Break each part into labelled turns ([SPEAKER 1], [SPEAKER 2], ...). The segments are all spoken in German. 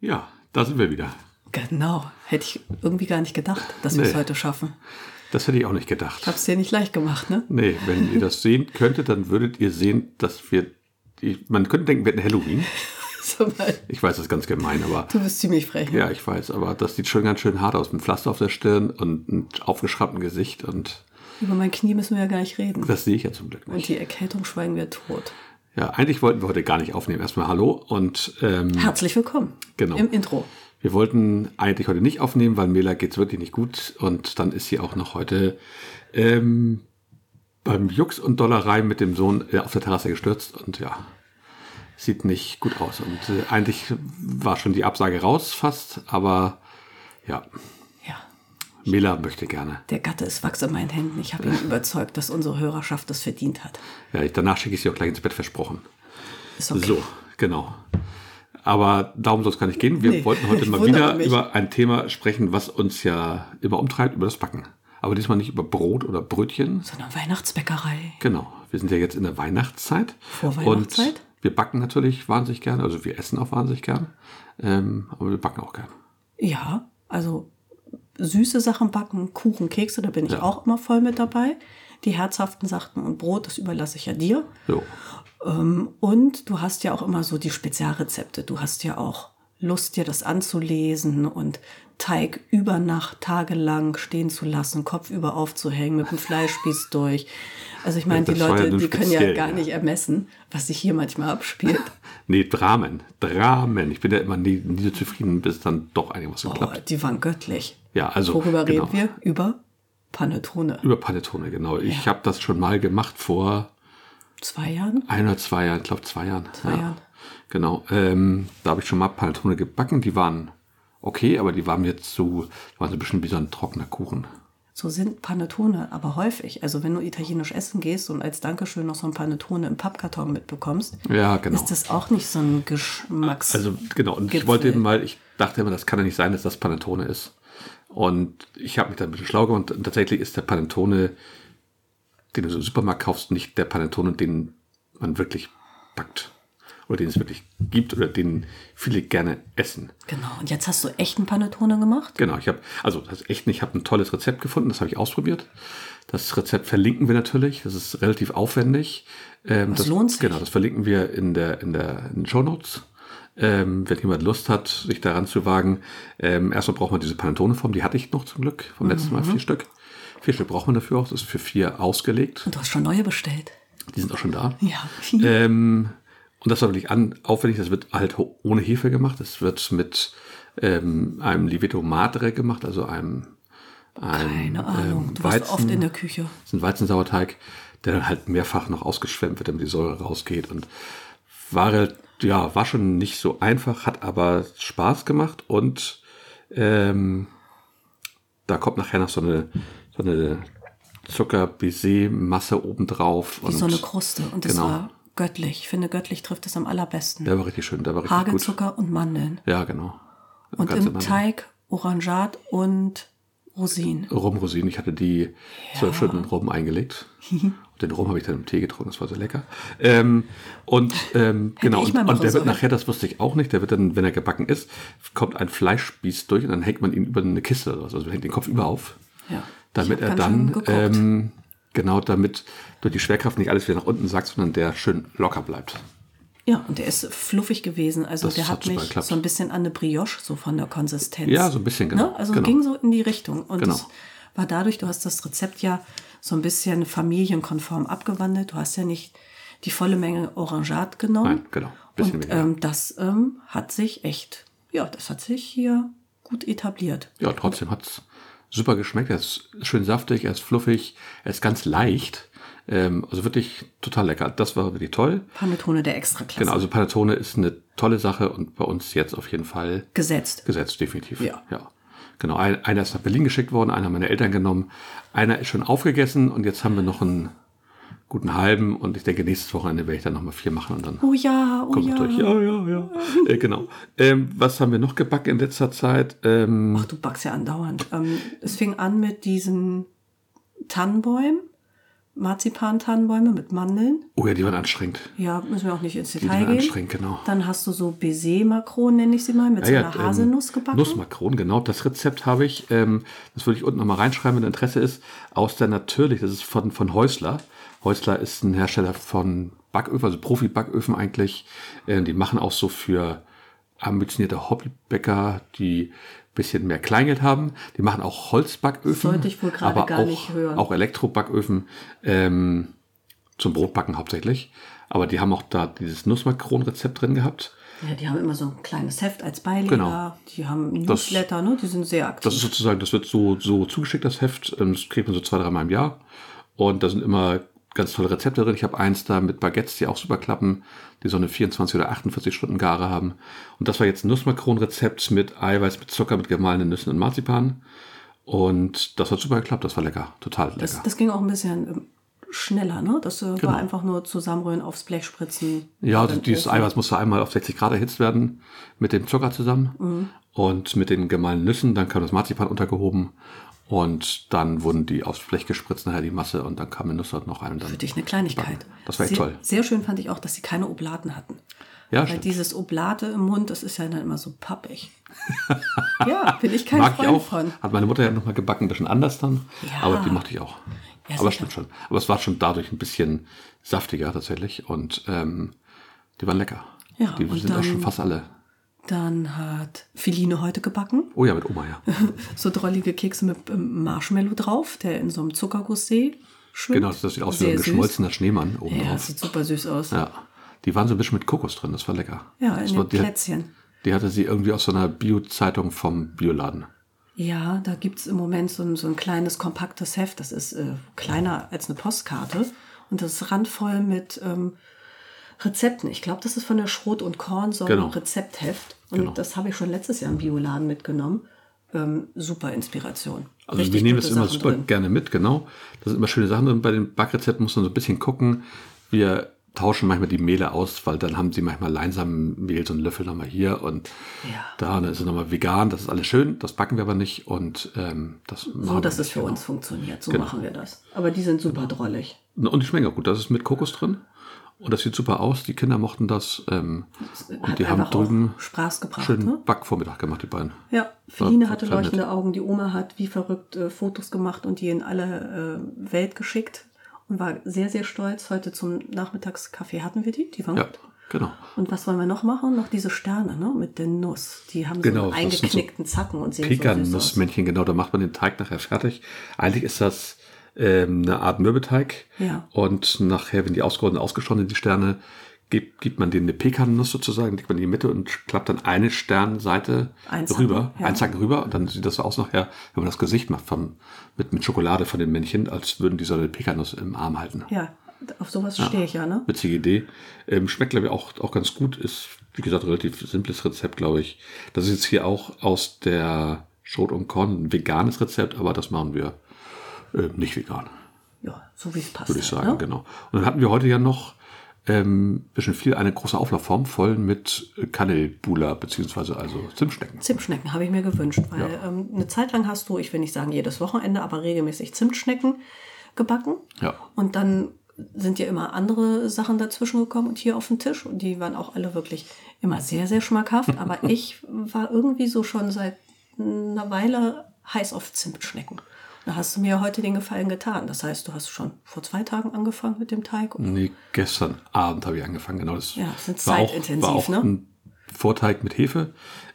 [SPEAKER 1] Ja, da sind wir wieder.
[SPEAKER 2] Genau. Hätte ich irgendwie gar nicht gedacht, dass wir es
[SPEAKER 1] Nee.
[SPEAKER 2] heute schaffen.
[SPEAKER 1] Das hätte ich auch nicht gedacht.
[SPEAKER 2] Hab's dir nicht leicht gemacht, ne?
[SPEAKER 1] Nee, wenn ihr das sehen könntet, dann würdet ihr sehen, dass wir. Ich, man könnte denken, wir hätten Halloween.
[SPEAKER 2] So, weil
[SPEAKER 1] Ich weiß, das ist ganz gemein, aber.
[SPEAKER 2] du bist ziemlich frech. ne?
[SPEAKER 1] Ja, ich weiß, aber das sieht schon ganz schön hart aus. Ein Pflaster auf der Stirn und ein aufgeschraubten Gesicht und
[SPEAKER 2] Über mein Knie müssen wir ja gar nicht reden.
[SPEAKER 1] das sehe ich ja zum Glück
[SPEAKER 2] Und
[SPEAKER 1] nicht.
[SPEAKER 2] die Erkältung schweigen wir tot.
[SPEAKER 1] Ja, eigentlich wollten wir heute gar nicht aufnehmen. Erstmal Hallo und ähm,
[SPEAKER 2] Herzlich willkommen.
[SPEAKER 1] Genau.
[SPEAKER 2] Im Intro.
[SPEAKER 1] Wir wollten eigentlich heute nicht aufnehmen, weil Mela geht's wirklich nicht gut. Und dann ist sie auch noch heute ähm, beim Jux und Dollerei mit dem Sohn äh, auf der Terrasse gestürzt. Und ja, sieht nicht gut aus. Und äh, eigentlich war schon die Absage raus fast. Aber ja,
[SPEAKER 2] Ja.
[SPEAKER 1] Mela möchte gerne.
[SPEAKER 2] Der Gatte ist Wachs in meinen Händen. Ich habe ihn überzeugt, dass unsere Hörerschaft das verdient hat.
[SPEAKER 1] Ja, ich, danach schicke ich sie auch gleich ins Bett, versprochen.
[SPEAKER 2] Ist okay.
[SPEAKER 1] So, genau. Aber darum soll es gar nicht gehen. Wir
[SPEAKER 2] Nee,
[SPEAKER 1] wollten heute
[SPEAKER 2] ich
[SPEAKER 1] mal
[SPEAKER 2] wunderte
[SPEAKER 1] wieder
[SPEAKER 2] mich.
[SPEAKER 1] über ein Thema sprechen, was uns ja immer umtreibt, über das Backen. Aber diesmal nicht über Brot oder Brötchen.
[SPEAKER 2] Sondern Weihnachtsbäckerei.
[SPEAKER 1] Genau. Wir sind ja jetzt in der Weihnachtszeit.
[SPEAKER 2] Vorweihnachtszeit?
[SPEAKER 1] Und wir backen natürlich wahnsinnig gern. Also wir essen auch wahnsinnig gern. Ähm, aber wir backen auch gern.
[SPEAKER 2] Ja, also süße Sachen backen, Kuchen, Kekse, da bin ich auch immer voll mit dabei. Die herzhaften Sachen und Brot, das überlasse ich ja dir.
[SPEAKER 1] So.
[SPEAKER 2] Ähm, Und du hast ja auch immer so die Spezialrezepte. Du hast ja auch Lust, dir das anzulesen und Teig über Nacht, tagelang stehen zu lassen, Kopf über aufzuhängen, mit dem Fleischspieß durch. Also ich meine,
[SPEAKER 1] Ja,
[SPEAKER 2] die
[SPEAKER 1] das war ja
[SPEAKER 2] Leute,
[SPEAKER 1] nun
[SPEAKER 2] die können ja
[SPEAKER 1] speziell,
[SPEAKER 2] gar
[SPEAKER 1] ja.
[SPEAKER 2] nicht ermessen, was sich hier manchmal abspielt.
[SPEAKER 1] Nee, Dramen. Dramen. Ich bin ja immer nie, nie so zufrieden, bis dann doch einiges
[SPEAKER 2] Oh,
[SPEAKER 1] geklappt.
[SPEAKER 2] die waren göttlich.
[SPEAKER 1] Ja, also.
[SPEAKER 2] Worüber
[SPEAKER 1] genau.
[SPEAKER 2] reden wir? Über Panettone.
[SPEAKER 1] Über Panettone, genau. Ich habe das schon mal gemacht vor
[SPEAKER 2] Zwei Jahren?
[SPEAKER 1] ein oder zwei Jahren, ich glaube zwei Jahren. Zwei
[SPEAKER 2] Jahren.
[SPEAKER 1] Genau. Ähm, da habe ich schon mal Panettone gebacken. Die waren okay, aber die waren mir zu, waren so ein bisschen wie so ein trockener Kuchen.
[SPEAKER 2] So sind Panettone aber häufig. Also wenn du italienisch essen gehst und als Dankeschön noch so ein Panettone im Pappkarton mitbekommst,
[SPEAKER 1] Ja, genau.
[SPEAKER 2] ist das auch nicht so ein Geschmacks...
[SPEAKER 1] Also genau, und ich
[SPEAKER 2] Gipfel.
[SPEAKER 1] wollte eben mal, ich dachte immer, das kann ja nicht sein, dass das Panettone ist. Und ich habe mich da ein bisschen schlau gemacht und tatsächlich ist der Panettone, den du so im Supermarkt kaufst, nicht der Panettone, den man wirklich backt. Oder den es wirklich gibt oder den viele gerne essen.
[SPEAKER 2] genau. Und jetzt hast du echten Panettone gemacht?
[SPEAKER 1] Genau, ich habe, also das ist echt nicht, ich habe ein tolles Rezept gefunden, das habe ich ausprobiert. Das Rezept verlinken wir natürlich, das ist relativ aufwendig. Ähm, das
[SPEAKER 2] lohnt sich.
[SPEAKER 1] Genau, das verlinken wir in der in der in den Shownotes. Ähm, wenn jemand Lust hat, sich daran zu wagen. Ähm, erstmal braucht man diese Panettone-Form, die hatte ich noch zum Glück vom letzten
[SPEAKER 2] Mhm.
[SPEAKER 1] Mal, vier Stück. Vier Stück braucht man dafür auch, das ist für vier ausgelegt.
[SPEAKER 2] Und du hast schon neue bestellt. Hm.
[SPEAKER 1] Die sind auch schon da.
[SPEAKER 2] Ja.
[SPEAKER 1] Ähm, und das war wirklich an, aufwendig, das wird halt ho- ohne Hefe gemacht. Das wird mit ähm, einem Lievito Madre gemacht, also einem, einem
[SPEAKER 2] Keine Ahnung.
[SPEAKER 1] ähm,
[SPEAKER 2] du warst
[SPEAKER 1] Weizen,
[SPEAKER 2] oft in der Küche.
[SPEAKER 1] das ist ein Weizensauerteig, der dann halt mehrfach noch ausgeschwemmt wird, damit die Säure rausgeht. Und war, halt- ja, war schon nicht so einfach, hat aber Spaß gemacht und ähm, da kommt nachher noch so eine, so eine Zucker-Baiser-Masse obendrauf.
[SPEAKER 2] Wie so eine Kruste. Und das
[SPEAKER 1] genau.
[SPEAKER 2] war göttlich. Ich finde, göttlich trifft es am allerbesten.
[SPEAKER 1] Der war richtig schön, der war richtig gut.
[SPEAKER 2] Hagelzucker und Mandeln.
[SPEAKER 1] Ja, genau.
[SPEAKER 2] Und
[SPEAKER 1] Ganze
[SPEAKER 2] im
[SPEAKER 1] Menge.
[SPEAKER 2] Teig Orangat und Rosinen.
[SPEAKER 1] Rumrosinen, ich hatte die zwölf Stunden Rum eingelegt. Und den Rum habe ich dann im Tee getrunken, das war so lecker. Ähm, und ähm, genau,
[SPEAKER 2] ich
[SPEAKER 1] und,
[SPEAKER 2] mal machen
[SPEAKER 1] und der wird
[SPEAKER 2] sollen.
[SPEAKER 1] nachher, das wusste ich auch nicht, der wird dann, wenn er gebacken ist, kommt ein Fleischspieß durch und dann hängt man ihn über eine Kiste oder so, also man hängt den Kopf über auf.
[SPEAKER 2] Ja.
[SPEAKER 1] Damit
[SPEAKER 2] Ich
[SPEAKER 1] er
[SPEAKER 2] hab ganz schön
[SPEAKER 1] dann,
[SPEAKER 2] geguckt.
[SPEAKER 1] ähm, genau, damit durch die Schwerkraft nicht alles wieder nach unten sackt, sondern der schön locker bleibt.
[SPEAKER 2] Ja, und der ist fluffig gewesen. Also
[SPEAKER 1] Das
[SPEAKER 2] der
[SPEAKER 1] hat
[SPEAKER 2] hat
[SPEAKER 1] super
[SPEAKER 2] mich
[SPEAKER 1] geklappt.
[SPEAKER 2] so ein bisschen an eine Brioche, so von der Konsistenz.
[SPEAKER 1] Ja, so ein bisschen, genau.
[SPEAKER 2] Ne? Also
[SPEAKER 1] Genau.
[SPEAKER 2] ging so in die Richtung. Und
[SPEAKER 1] Genau.
[SPEAKER 2] es war dadurch, du hast das Rezept ja so ein bisschen familienkonform abgewandelt. Du hast ja nicht die volle Menge Orangat genommen.
[SPEAKER 1] Nein, genau. Bisschen
[SPEAKER 2] Und
[SPEAKER 1] weniger.
[SPEAKER 2] ähm, das ähm, hat sich echt, ja, das hat sich hier gut etabliert.
[SPEAKER 1] Ja, trotzdem hat's super geschmeckt. Er ist schön saftig, er ist fluffig, er ist ganz leicht. Ähm, also wirklich total lecker. Das war wirklich toll.
[SPEAKER 2] Panettone der Extraklasse.
[SPEAKER 1] Genau, also Panettone ist eine tolle Sache und bei uns jetzt auf jeden Fall
[SPEAKER 2] Gesetzt.
[SPEAKER 1] gesetzt, definitiv.
[SPEAKER 2] Ja.
[SPEAKER 1] ja. Genau, ein, einer ist nach Berlin geschickt worden, einer meiner Eltern genommen, einer ist schon aufgegessen und jetzt haben wir noch einen guten halben und ich denke, nächstes Wochenende werde ich dann nochmal vier machen und dann
[SPEAKER 2] Oh ja, oh
[SPEAKER 1] kommt
[SPEAKER 2] ja.
[SPEAKER 1] es durch. Ja, ja, ja. äh, genau. Ähm, was haben wir noch gebacken in letzter Zeit? Ähm,
[SPEAKER 2] Ach, du backst ja andauernd. Ähm, es fing an mit diesen Tannenbäumen Marzipan-Tannenbäume mit Mandeln.
[SPEAKER 1] Oh ja, die waren anstrengend.
[SPEAKER 2] Ja, müssen wir auch nicht ins
[SPEAKER 1] Die, die
[SPEAKER 2] Detail
[SPEAKER 1] waren
[SPEAKER 2] gehen.
[SPEAKER 1] anstrengend, genau.
[SPEAKER 2] Dann hast du so Baiser-Makronen, nenne ich sie mal, mit
[SPEAKER 1] Ja,
[SPEAKER 2] so
[SPEAKER 1] ja,
[SPEAKER 2] einer
[SPEAKER 1] ähm,
[SPEAKER 2] Haselnuss gebacken.
[SPEAKER 1] Nussmakronen, genau. Das Rezept habe ich, ähm, das würde ich unten nochmal reinschreiben, wenn Interesse ist, aus der Natürlich, das ist von, von Häusler. Häusler ist ein Hersteller von Backöfen, also Profi-Backöfen eigentlich. Äh, die machen auch so für ambitionierte Hobbybäcker, die ein bisschen mehr Kleingeld haben. Die machen auch Holzbacköfen.
[SPEAKER 2] Sollte ich wohl gerade
[SPEAKER 1] aber
[SPEAKER 2] gar
[SPEAKER 1] auch,
[SPEAKER 2] nicht hören.
[SPEAKER 1] Auch Elektrobacköfen. Ähm, zum Brotbacken hauptsächlich. Aber die haben auch da dieses Nussmakronenrezept drin gehabt.
[SPEAKER 2] Ja, die haben immer so ein kleines Heft als Beilage.
[SPEAKER 1] Genau.
[SPEAKER 2] Die haben ein
[SPEAKER 1] Das-
[SPEAKER 2] Newsletter, ne? die sind sehr aktiv.
[SPEAKER 1] Das ist sozusagen, das wird so, so zugeschickt, das Heft. Ähm, Das kriegt man so zwei, dreimal im Jahr. Und da sind immer ganz tolle Rezepte drin. Ich habe eins da mit Baguettes, die auch super klappen, die so eine 24 oder 48 Stunden Gare haben. Und das war jetzt ein Nussmakronenrezept mit Eiweiß, mit Zucker, mit gemahlenen Nüssen und Marzipan. Und das hat super geklappt, das war lecker, total lecker.
[SPEAKER 2] das, das ging auch ein bisschen ähm, schneller, ne? Das äh,
[SPEAKER 1] Genau.
[SPEAKER 2] war einfach nur zusammenrühren, aufs Blech spritzen.
[SPEAKER 1] Ja,
[SPEAKER 2] ab
[SPEAKER 1] also
[SPEAKER 2] in den
[SPEAKER 1] dieses
[SPEAKER 2] Ofen.
[SPEAKER 1] Eiweiß musste einmal auf 60 Grad erhitzt werden mit dem Zucker zusammen
[SPEAKER 2] Mhm.
[SPEAKER 1] und mit den gemahlenen Nüssen. Dann kam das Marzipan untergehoben und dann wurden die aufs Blech gespritzt, nachher die Masse und dann kam die Nuss dort noch rein. und Dann
[SPEAKER 2] Für dich eine Kleinigkeit.
[SPEAKER 1] Das war echt
[SPEAKER 2] sehr,
[SPEAKER 1] toll.
[SPEAKER 2] Sehr schön fand ich auch, dass sie keine Oblaten hatten.
[SPEAKER 1] Ja,
[SPEAKER 2] Weil
[SPEAKER 1] stimmt.
[SPEAKER 2] dieses Oblate im Mund, das ist ja dann immer so pappig. ja, bin ich kein
[SPEAKER 1] Mag ich
[SPEAKER 2] Freund
[SPEAKER 1] auch.
[SPEAKER 2] von.
[SPEAKER 1] Hat meine Mutter ja nochmal gebacken, ein bisschen anders dann.
[SPEAKER 2] Ja.
[SPEAKER 1] Aber die mochte ich auch. aber
[SPEAKER 2] Ja, sicher.
[SPEAKER 1] stimmt schon. Aber es war schon dadurch ein bisschen saftiger tatsächlich und ähm, die waren lecker.
[SPEAKER 2] Ja,
[SPEAKER 1] die
[SPEAKER 2] und
[SPEAKER 1] sind auch schon
[SPEAKER 2] dann-
[SPEAKER 1] fast alle.
[SPEAKER 2] Dann hat Feline heute gebacken.
[SPEAKER 1] Oh ja, mit Oma, ja.
[SPEAKER 2] So drollige Kekse mit ähm, Marshmallow drauf, der in so einem Zuckergussee schwimmt.
[SPEAKER 1] genau, das sieht aus wie so
[SPEAKER 2] Sehr
[SPEAKER 1] ein
[SPEAKER 2] süß.
[SPEAKER 1] geschmolzener Schneemann oben
[SPEAKER 2] Ja,
[SPEAKER 1] drauf.
[SPEAKER 2] sieht super süß aus. Ja,
[SPEAKER 1] Ja, die waren so ein bisschen mit Kokos drin, das war lecker. das
[SPEAKER 2] in
[SPEAKER 1] war,
[SPEAKER 2] den
[SPEAKER 1] die, hat-
[SPEAKER 2] Plätzchen.
[SPEAKER 1] die hatte sie irgendwie aus so einer Bio-Zeitung vom Bioladen.
[SPEAKER 2] Ja, da gibt es im Moment so ein, so ein kleines, kompaktes Heft. Das ist äh, kleiner als eine Postkarte. Und das ist randvoll mit ähm, Rezepten. Ich glaube, das ist von der Schrot- und
[SPEAKER 1] Genau.
[SPEAKER 2] Kornsorten-Rezeptheft. Und
[SPEAKER 1] Genau.
[SPEAKER 2] das habe ich schon letztes Jahr im Bioladen mitgenommen. Ähm, super Inspiration.
[SPEAKER 1] Also
[SPEAKER 2] Richtig
[SPEAKER 1] wir nehmen
[SPEAKER 2] gute
[SPEAKER 1] das immer
[SPEAKER 2] Sachen
[SPEAKER 1] super
[SPEAKER 2] drin.
[SPEAKER 1] gerne mit, genau. Da sind immer schöne Sachen drin. Bei den Backrezepten muss man so ein bisschen gucken. Wir tauschen manchmal die Mehle aus, weil dann haben sie manchmal Leinsammehl, so einen Löffel nochmal hier und
[SPEAKER 2] Ja.
[SPEAKER 1] da, und dann ist es nochmal vegan, das ist alles schön, das backen wir aber nicht und ähm, das
[SPEAKER 2] So,
[SPEAKER 1] machen
[SPEAKER 2] dass
[SPEAKER 1] wir
[SPEAKER 2] es
[SPEAKER 1] nicht,
[SPEAKER 2] für
[SPEAKER 1] genau.
[SPEAKER 2] uns funktioniert. So machen wir das. Aber die sind super drollig.
[SPEAKER 1] Und die schmecken auch gut, das ist mit Kokos drin und das sieht super aus, die Kinder mochten das ähm, und
[SPEAKER 2] Hat
[SPEAKER 1] die haben
[SPEAKER 2] einfach
[SPEAKER 1] drüben
[SPEAKER 2] auch Spaß gebracht.
[SPEAKER 1] schönen
[SPEAKER 2] Ne?
[SPEAKER 1] Backvormittag gemacht, die beiden.
[SPEAKER 2] Ja, Feline
[SPEAKER 1] ver-
[SPEAKER 2] hatte
[SPEAKER 1] verwendet.
[SPEAKER 2] leuchtende Augen. Die Oma hat wie verrückt äh, Fotos gemacht und die in alle äh, Welt geschickt und war sehr, sehr stolz. Heute zum Nachmittagskaffee hatten wir die. Die waren
[SPEAKER 1] Ja,
[SPEAKER 2] gut.
[SPEAKER 1] genau.
[SPEAKER 2] Und was wollen wir noch machen? Noch diese Sterne, ne? Mit der Nuss. Die haben
[SPEAKER 1] Genau,
[SPEAKER 2] so einen
[SPEAKER 1] das sind so
[SPEAKER 2] eingeknickten Zacken und sehen so süß aus.
[SPEAKER 1] Pecan-Nussmännchen, genau, da macht man den Teig nachher fertig. Eigentlich ist das ähm, eine Art Mürbeteig.
[SPEAKER 2] Ja.
[SPEAKER 1] Und nachher, wenn die ausgerollten und ausgeschoren sind, die Sterne, gibt, gibt man denen eine Pekan-Nuss sozusagen, legt man die in die Mitte und klappt dann eine Sternseite
[SPEAKER 2] Ein Zacken,
[SPEAKER 1] rüber,
[SPEAKER 2] ja.
[SPEAKER 1] ein Zacken rüber. Und dann sieht das so aus nachher, wenn man das Gesicht macht vom, mit, mit Schokolade von den Männchen, als würden die so eine Pekan-Nuss im Arm halten.
[SPEAKER 2] Ja, auf sowas stehe ich ja, ne?
[SPEAKER 1] Witzige Idee. Ähm, schmeckt, glaube ich, auch, auch ganz gut. Ist, wie gesagt, relativ simples Rezept, glaube ich. Das ist jetzt hier auch aus der Schrot und Korn ein veganes Rezept, aber das machen wir ähm, nicht vegan,
[SPEAKER 2] Ja, so wie es passt.
[SPEAKER 1] würde ich
[SPEAKER 2] halt,
[SPEAKER 1] sagen,
[SPEAKER 2] Ne?
[SPEAKER 1] genau. Und dann hatten wir heute ja noch ähm, ein bisschen viel, eine große Auflaufform voll mit Kanelbula, beziehungsweise also Zimtschnecken.
[SPEAKER 2] Zimtschnecken habe ich mir gewünscht, weil ähm, eine Zeit lang hast du, ich will nicht sagen jedes Wochenende, aber regelmäßig Zimtschnecken gebacken.
[SPEAKER 1] Ja.
[SPEAKER 2] Und dann sind ja immer andere Sachen dazwischen gekommen und hier auf den Tisch. Und die waren auch alle wirklich immer sehr, sehr schmackhaft. Aber ich war irgendwie so schon seit einer Weile heiß auf Zimtschnecken. Da hast du mir heute den Gefallen getan. Das heißt, du hast schon vor zwei Tagen angefangen mit dem Teig. Und
[SPEAKER 1] Nee, gestern Abend habe ich angefangen, genau. Das
[SPEAKER 2] Ja, das ist
[SPEAKER 1] war
[SPEAKER 2] zeitintensiv,
[SPEAKER 1] auch, war auch
[SPEAKER 2] ne?
[SPEAKER 1] ein Vorteig mit Hefe,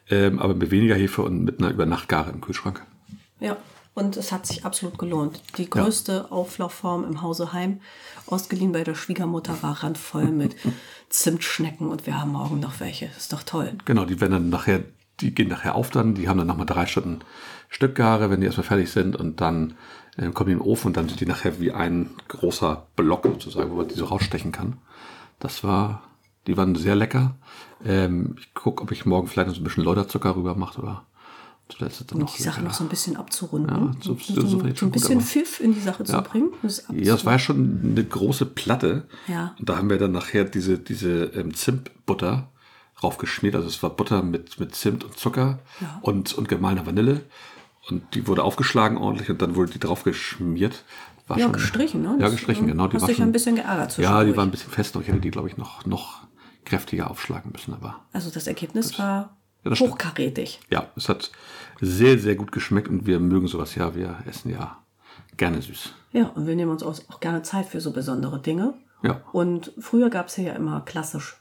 [SPEAKER 1] ähm, aber mit weniger Hefe und mit einer Übernachtgare im Kühlschrank.
[SPEAKER 2] Ja, und es hat sich absolut gelohnt. Die größte Auflaufform im Hause Heim, ausgeliehen bei der Schwiegermutter, war randvoll mit Zimtschnecken und wir haben morgen noch welche. Ist doch toll.
[SPEAKER 1] Genau, die werden dann nachher, die gehen nachher auf dann, die haben dann nochmal drei Stunden Stückgare, wenn die erstmal fertig sind und dann äh, kommen die in den Ofen und dann sind die nachher wie ein großer Block sozusagen, wo man die so rausstechen kann. Das war, die waren sehr lecker. Ähm, ich gucke, ob ich morgen vielleicht noch so ein bisschen Läuterzucker rüber mache oder zuletzt ist dann noch
[SPEAKER 2] Die Sache noch so ein bisschen abzurunden.
[SPEAKER 1] Ja, so-
[SPEAKER 2] Und
[SPEAKER 1] so-
[SPEAKER 2] so,
[SPEAKER 1] so
[SPEAKER 2] so,
[SPEAKER 1] fand
[SPEAKER 2] ein
[SPEAKER 1] ich schon gut,
[SPEAKER 2] bisschen
[SPEAKER 1] aber-
[SPEAKER 2] Pfiff in die Sache zu
[SPEAKER 1] Ja.
[SPEAKER 2] bringen. Das ist
[SPEAKER 1] Ja, es war ja schon eine große Platte.
[SPEAKER 2] Ja.
[SPEAKER 1] Und da haben wir dann nachher diese, diese ähm, Zimtbutter raufgeschmiert. Also es war Butter mit, mit Zimt und Zucker
[SPEAKER 2] Ja.
[SPEAKER 1] und, und gemahlener Vanille. Und die wurde aufgeschlagen ordentlich und dann wurde die draufgeschmiert. War
[SPEAKER 2] Ja,
[SPEAKER 1] schon-
[SPEAKER 2] gestrichen, ne?
[SPEAKER 1] Ja,
[SPEAKER 2] Das,
[SPEAKER 1] gestrichen,
[SPEAKER 2] ähm,
[SPEAKER 1] genau. Die
[SPEAKER 2] hast
[SPEAKER 1] war
[SPEAKER 2] dich
[SPEAKER 1] schon-
[SPEAKER 2] ein bisschen geärgert
[SPEAKER 1] Ja, die
[SPEAKER 2] zwischendurch.
[SPEAKER 1] war ein bisschen fest. und Ich hätte die, glaube ich, noch, noch kräftiger aufschlagen müssen. Aber
[SPEAKER 2] Also das Ergebnis war
[SPEAKER 1] Ja, das stimmt.
[SPEAKER 2] hochkarätig.
[SPEAKER 1] ja, es hat sehr, sehr gut geschmeckt und wir mögen sowas. Ja, wir essen ja gerne süß.
[SPEAKER 2] Ja, und wir nehmen uns auch, auch gerne Zeit für so besondere Dinge.
[SPEAKER 1] Ja.
[SPEAKER 2] Und früher gab es ja immer klassisch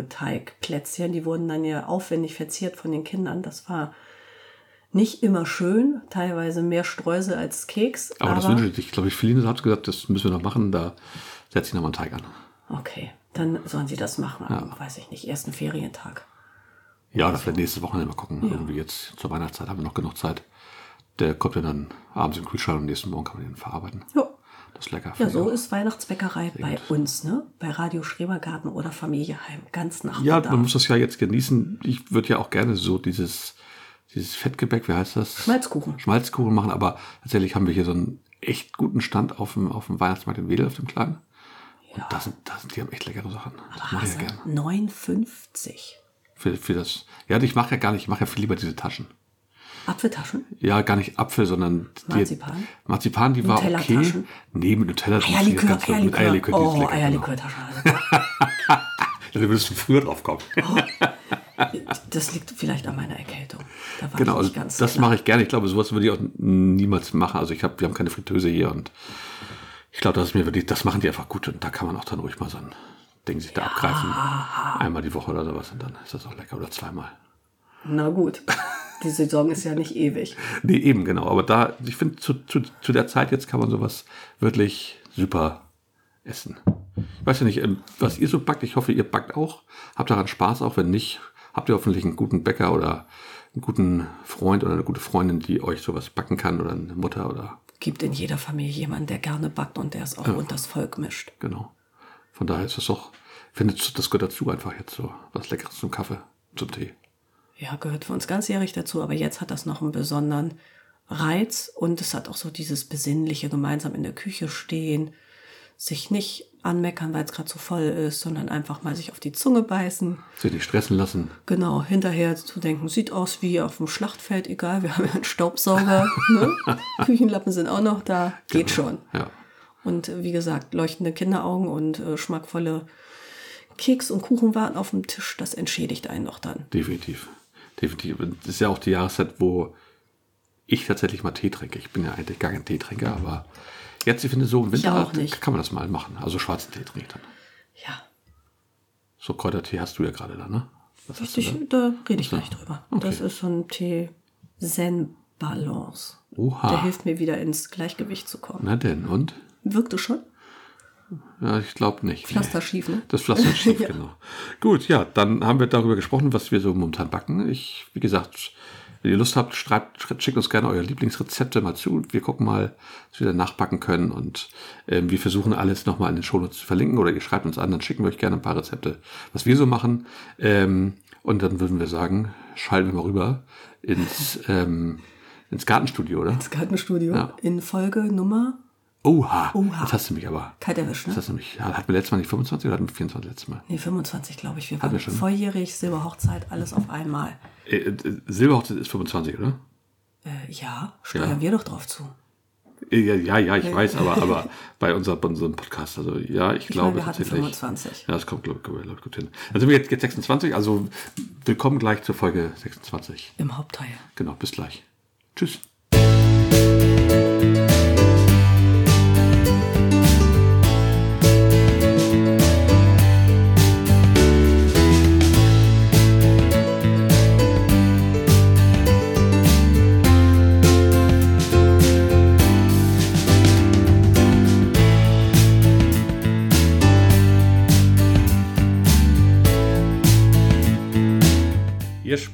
[SPEAKER 2] Mürbeteigplätzchen. Die wurden dann ja aufwendig verziert von den Kindern. Das war nicht immer schön, teilweise mehr Streusel als Keks.
[SPEAKER 1] Aber, das wünsche ich sich, glaube ich, Feline hat gesagt, das müssen wir noch machen. Da setze ich nochmal einen Teig an.
[SPEAKER 2] Okay, dann sollen sie das machen. Am, weiß ich nicht, ersten Ferientag.
[SPEAKER 1] Ja, oder vielleicht nächste Wochenende mal gucken. Irgendwie jetzt zur Weihnachtszeit haben wir noch genug Zeit. Der kommt ja dann abends im Kühlschrank und am nächsten Morgen kann man den verarbeiten.
[SPEAKER 2] Ja.
[SPEAKER 1] Das ist lecker.
[SPEAKER 2] Ja, so ist Weihnachtsbäckerei bei uns, ne? Bei Radio Schrebergarten oder Familieheim. Ganz nach
[SPEAKER 1] Ja,
[SPEAKER 2] Bedarf.
[SPEAKER 1] man muss das ja jetzt genießen. Ich würde ja auch gerne so dieses, dieses Fettgebäck, wie heißt das?
[SPEAKER 2] Schmalzkuchen.
[SPEAKER 1] Schmalzkuchen machen, aber tatsächlich haben wir hier so einen echt guten Stand auf dem, auf dem Weihnachtsmarkt in Wedel, auf dem Kleinen. Und da sind, da sind, die haben echt leckere Sachen.
[SPEAKER 2] Ah,
[SPEAKER 1] Das mache ich ja
[SPEAKER 2] Hase,
[SPEAKER 1] gerne.
[SPEAKER 2] 9,50.
[SPEAKER 1] Für, für das, ja, ich mache ja gar nicht, ich mache ja viel lieber diese Taschen.
[SPEAKER 2] Apfeltaschen?
[SPEAKER 1] Ja, gar nicht Apfel, sondern die,
[SPEAKER 2] Marzipan?
[SPEAKER 1] Marzipan, die war okay.
[SPEAKER 2] Nutella-Taschen?
[SPEAKER 1] Nee, mit Nutella.
[SPEAKER 2] Eierlikör,
[SPEAKER 1] ganz- Mit
[SPEAKER 2] Eierlikör.
[SPEAKER 1] Eierlikör. die ist
[SPEAKER 2] oh,
[SPEAKER 1] lecker,
[SPEAKER 2] Eierlikörtasche. Also,
[SPEAKER 1] Genau. Ja, Da würdest du früher drauf kommen.
[SPEAKER 2] das liegt vielleicht an meiner Erkältung. Da war
[SPEAKER 1] Genau,
[SPEAKER 2] ich
[SPEAKER 1] also
[SPEAKER 2] nicht ganz
[SPEAKER 1] das
[SPEAKER 2] klar.
[SPEAKER 1] mache ich gerne. Ich glaube, sowas würde ich auch niemals machen. Also ich habe, wir haben keine Fritteuse hier und ich glaube, das ist mir wirklich, das machen die einfach gut und da kann man auch dann ruhig mal so ein Ding sich da abgreifen. Einmal die Woche oder sowas und dann ist das auch lecker oder zweimal.
[SPEAKER 2] Na gut, die Saison ist ja nicht ewig.
[SPEAKER 1] Nee, eben genau. Aber da, ich finde, zu, zu, zu der Zeit jetzt kann man sowas wirklich super essen. Ich weiß ja nicht, ähm, was ihr so backt. Ich hoffe, ihr backt auch. Habt daran Spaß, auch wenn nicht. Habt ihr hoffentlich einen guten Bäcker oder einen guten Freund oder eine gute Freundin, die euch sowas backen kann oder eine Mutter oder
[SPEAKER 2] Gibt in jeder Familie jemanden, der gerne backt und der es auch unters Volk mischt.
[SPEAKER 1] genau. Von daher ist das doch, findet das gehört dazu einfach jetzt so. Was Leckeres zum Kaffee, zum Tee.
[SPEAKER 2] Ja, gehört für uns ganzjährig dazu, aber jetzt hat das noch einen besonderen Reiz und es hat auch so dieses Besinnliche gemeinsam in der Küche stehen, sich nicht anmeckern, weil es gerade so voll ist, sondern einfach mal sich auf die Zunge beißen.
[SPEAKER 1] Sich nicht stressen lassen.
[SPEAKER 2] Genau, hinterher zu denken, sieht aus wie auf dem Schlachtfeld, egal, wir haben ja einen Staubsauger, ne? Küchenlappen sind auch noch da, geht schon.
[SPEAKER 1] Ja.
[SPEAKER 2] Und äh, wie gesagt, leuchtende Kinderaugen und äh, schmackvolle Keks und Kuchen waren auf dem Tisch, das entschädigt einen doch dann.
[SPEAKER 1] Definitiv. Definitiv. Und Das ist ja auch die Jahreszeit, wo ich tatsächlich mal Tee trinke. Ich bin ja eigentlich gar kein Teetrinker, aber jetzt, ich finde, so im Winter
[SPEAKER 2] auch nicht.
[SPEAKER 1] kann man das mal machen. Also schwarzen Tee trinke ich dann.
[SPEAKER 2] Ja,
[SPEAKER 1] So Kräutertee hast du ja gerade da, ne? Was hast du
[SPEAKER 2] ich,
[SPEAKER 1] da?
[SPEAKER 2] da rede ich gleich drüber.
[SPEAKER 1] Okay.
[SPEAKER 2] Das ist so ein Tee Zen Balance. Der
[SPEAKER 1] Oha.
[SPEAKER 2] hilft mir wieder ins Gleichgewicht zu kommen.
[SPEAKER 1] Na denn, und?
[SPEAKER 2] Wirkte schon?
[SPEAKER 1] Ja, ich glaube nicht.
[SPEAKER 2] Pflaster schief, ne?
[SPEAKER 1] Das Pflaster schief,
[SPEAKER 2] Ja.
[SPEAKER 1] genau. Gut, ja, dann haben wir darüber gesprochen, was wir so momentan backen. Ich, wie gesagt, wenn ihr Lust habt, schreibt, sch- schickt uns gerne eure Lieblingsrezepte mal zu. Wir gucken mal, was wir dann nachbacken können und ähm, wir versuchen alles nochmal in den Shownotes zu verlinken oder ihr schreibt uns an, dann schicken wir euch gerne ein paar Rezepte, was wir so machen. Ähm, und dann würden wir sagen, schalten wir mal rüber ins, ähm, ins Gartenstudio, oder?
[SPEAKER 2] Das Gartenstudio
[SPEAKER 1] Ja.
[SPEAKER 2] in Folge Nummer
[SPEAKER 1] Oha,
[SPEAKER 2] Oha.
[SPEAKER 1] das hast du mich aber.
[SPEAKER 2] kalt erwischt,
[SPEAKER 1] Das
[SPEAKER 2] ne?
[SPEAKER 1] hast du mich, hatten wir letztes Mal nicht 25 oder hatten wir 24 letztes Mal?
[SPEAKER 2] Nee, 25, glaube ich. Wir waren
[SPEAKER 1] wir schon.
[SPEAKER 2] volljährig, Silberhochzeit, alles auf einmal.
[SPEAKER 1] Äh, äh, Silberhochzeit ist 25, oder?
[SPEAKER 2] Äh, ja, steuern wir doch drauf zu.
[SPEAKER 1] Äh, Ja, ja, ja ich weiß, aber, aber bei unser, bei unserem Podcast, also ja, ich,
[SPEAKER 2] Ich
[SPEAKER 1] glaube
[SPEAKER 2] meine, wir hatten
[SPEAKER 1] tatsächlich.
[SPEAKER 2] 25.
[SPEAKER 1] Ja, das kommt, glaube ich, glaub, gut hin. Dann sind wir jetzt, jetzt 26, also willkommen gleich zur Folge 26.
[SPEAKER 2] Im Hauptteil.
[SPEAKER 1] Genau, bis gleich. Tschüss.
[SPEAKER 3] Hier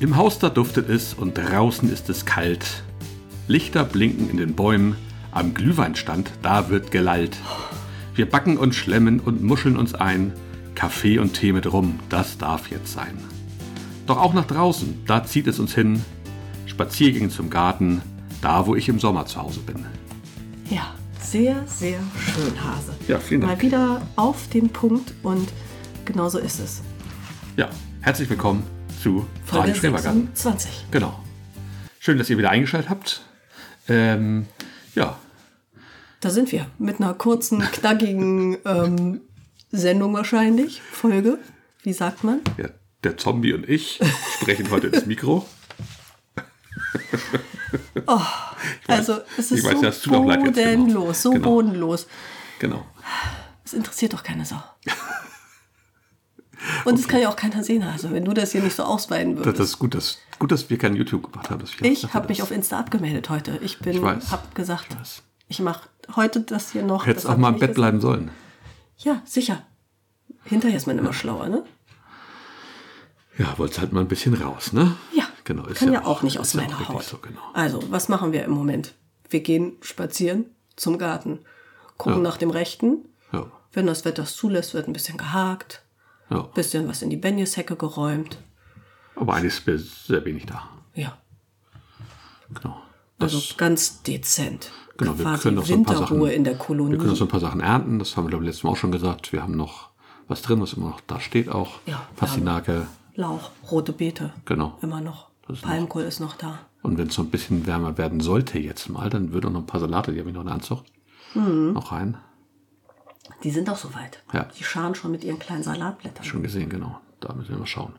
[SPEAKER 1] Im Haus da duftet es und draußen ist es kalt. Lichter blinken in den Bäumen, am Glühweinstand, da wird gelallt. Wir backen und schlemmen und muscheln uns ein. Kaffee und Tee mit rum, das darf jetzt sein. Doch auch nach draußen, da zieht es uns hin. Spaziergänge zum Garten, da wo ich im Sommer zu Hause bin.
[SPEAKER 2] Ja, sehr, sehr schön, Hase.
[SPEAKER 1] Ja, vielen Dank.
[SPEAKER 2] Mal wieder auf den Punkt und genau so ist es.
[SPEAKER 1] Ja, herzlich willkommen zu Radio Schrebergarten.
[SPEAKER 2] 20.
[SPEAKER 1] Genau. Schön, dass ihr wieder eingeschaltet habt. Ähm, ja,
[SPEAKER 2] Da sind wir mit einer kurzen, knackigen ähm, Sendung wahrscheinlich, Folge. Wie sagt man?
[SPEAKER 1] ja, der Zombie und ich sprechen heute ins Mikro.
[SPEAKER 2] Also es ist
[SPEAKER 1] ich weiß,
[SPEAKER 2] so
[SPEAKER 1] das tut auch leid jetzt, genau.
[SPEAKER 2] bodenlos, so
[SPEAKER 1] Genau.
[SPEAKER 2] bodenlos.
[SPEAKER 1] Genau.
[SPEAKER 2] Es interessiert doch keine Sau. Und es kann ja auch keiner sehen, also wenn du das hier nicht so ausweiten
[SPEAKER 1] Das,
[SPEAKER 2] würdest.
[SPEAKER 1] das ist gut, dass, gut, dass wir kein YouTube gemacht haben. dass wir- dass
[SPEAKER 2] ich
[SPEAKER 1] wir
[SPEAKER 2] habe mich
[SPEAKER 1] das-
[SPEAKER 2] auf Insta abgemeldet heute. Ich bin,
[SPEAKER 1] Ich weiß.
[SPEAKER 2] habe gesagt,
[SPEAKER 1] Ich
[SPEAKER 2] ich,
[SPEAKER 1] weiß.
[SPEAKER 2] mache heute das hier noch.
[SPEAKER 1] Hättest
[SPEAKER 2] das
[SPEAKER 1] auch
[SPEAKER 2] hab
[SPEAKER 1] mal
[SPEAKER 2] ich
[SPEAKER 1] im
[SPEAKER 2] nicht
[SPEAKER 1] Bett bleiben sollen.
[SPEAKER 2] gesagt. Ja, sicher. Hinterher ist man immer schlauer, ne?
[SPEAKER 1] Ja, wolltest halt mal ein bisschen raus, ne?
[SPEAKER 2] Ja,
[SPEAKER 1] Genau. ist
[SPEAKER 2] kann ja, auch nicht aus
[SPEAKER 1] ist ja
[SPEAKER 2] meiner
[SPEAKER 1] wirklich
[SPEAKER 2] Haut.
[SPEAKER 1] So, genau.
[SPEAKER 2] Also, was machen wir im Moment? Wir gehen spazieren zum Garten, gucken nach dem Rechten.
[SPEAKER 1] Ja,
[SPEAKER 2] Wenn das Wetter es zulässt, wird ein bisschen gehakt,
[SPEAKER 1] ja.
[SPEAKER 2] bisschen was in die Benjeshecke geräumt.
[SPEAKER 1] Aber eigentlich ist mir sehr wenig da.
[SPEAKER 2] Ja,
[SPEAKER 1] Genau. Das,
[SPEAKER 2] also ganz dezent.
[SPEAKER 1] genau, wir
[SPEAKER 2] Quasi
[SPEAKER 1] können noch so ein paar
[SPEAKER 2] Winterruhe
[SPEAKER 1] Sachen,
[SPEAKER 2] in der
[SPEAKER 1] Wir können
[SPEAKER 2] Kolonie.
[SPEAKER 1] noch so ein paar Sachen ernten. Das haben wir, glaube ich, letztes Mal auch schon gesagt. Wir haben noch was drin, was immer noch da steht auch.
[SPEAKER 2] Ja,
[SPEAKER 1] Pastinake.
[SPEAKER 2] Lauch, rote Beete.
[SPEAKER 1] Genau.
[SPEAKER 2] Immer noch.
[SPEAKER 1] Das ist
[SPEAKER 2] Palmkohl ist noch da.
[SPEAKER 1] Und wenn es so ein bisschen wärmer werden sollte jetzt mal, dann wird auch noch ein paar Salate, die habe ich noch in der Anzucht,
[SPEAKER 2] Mhm.
[SPEAKER 1] noch rein.
[SPEAKER 2] Die sind auch soweit.
[SPEAKER 1] Ja.
[SPEAKER 2] Die scharen schon mit ihren kleinen Salatblättern.
[SPEAKER 1] Schon gesehen, genau. Da müssen wir mal schauen.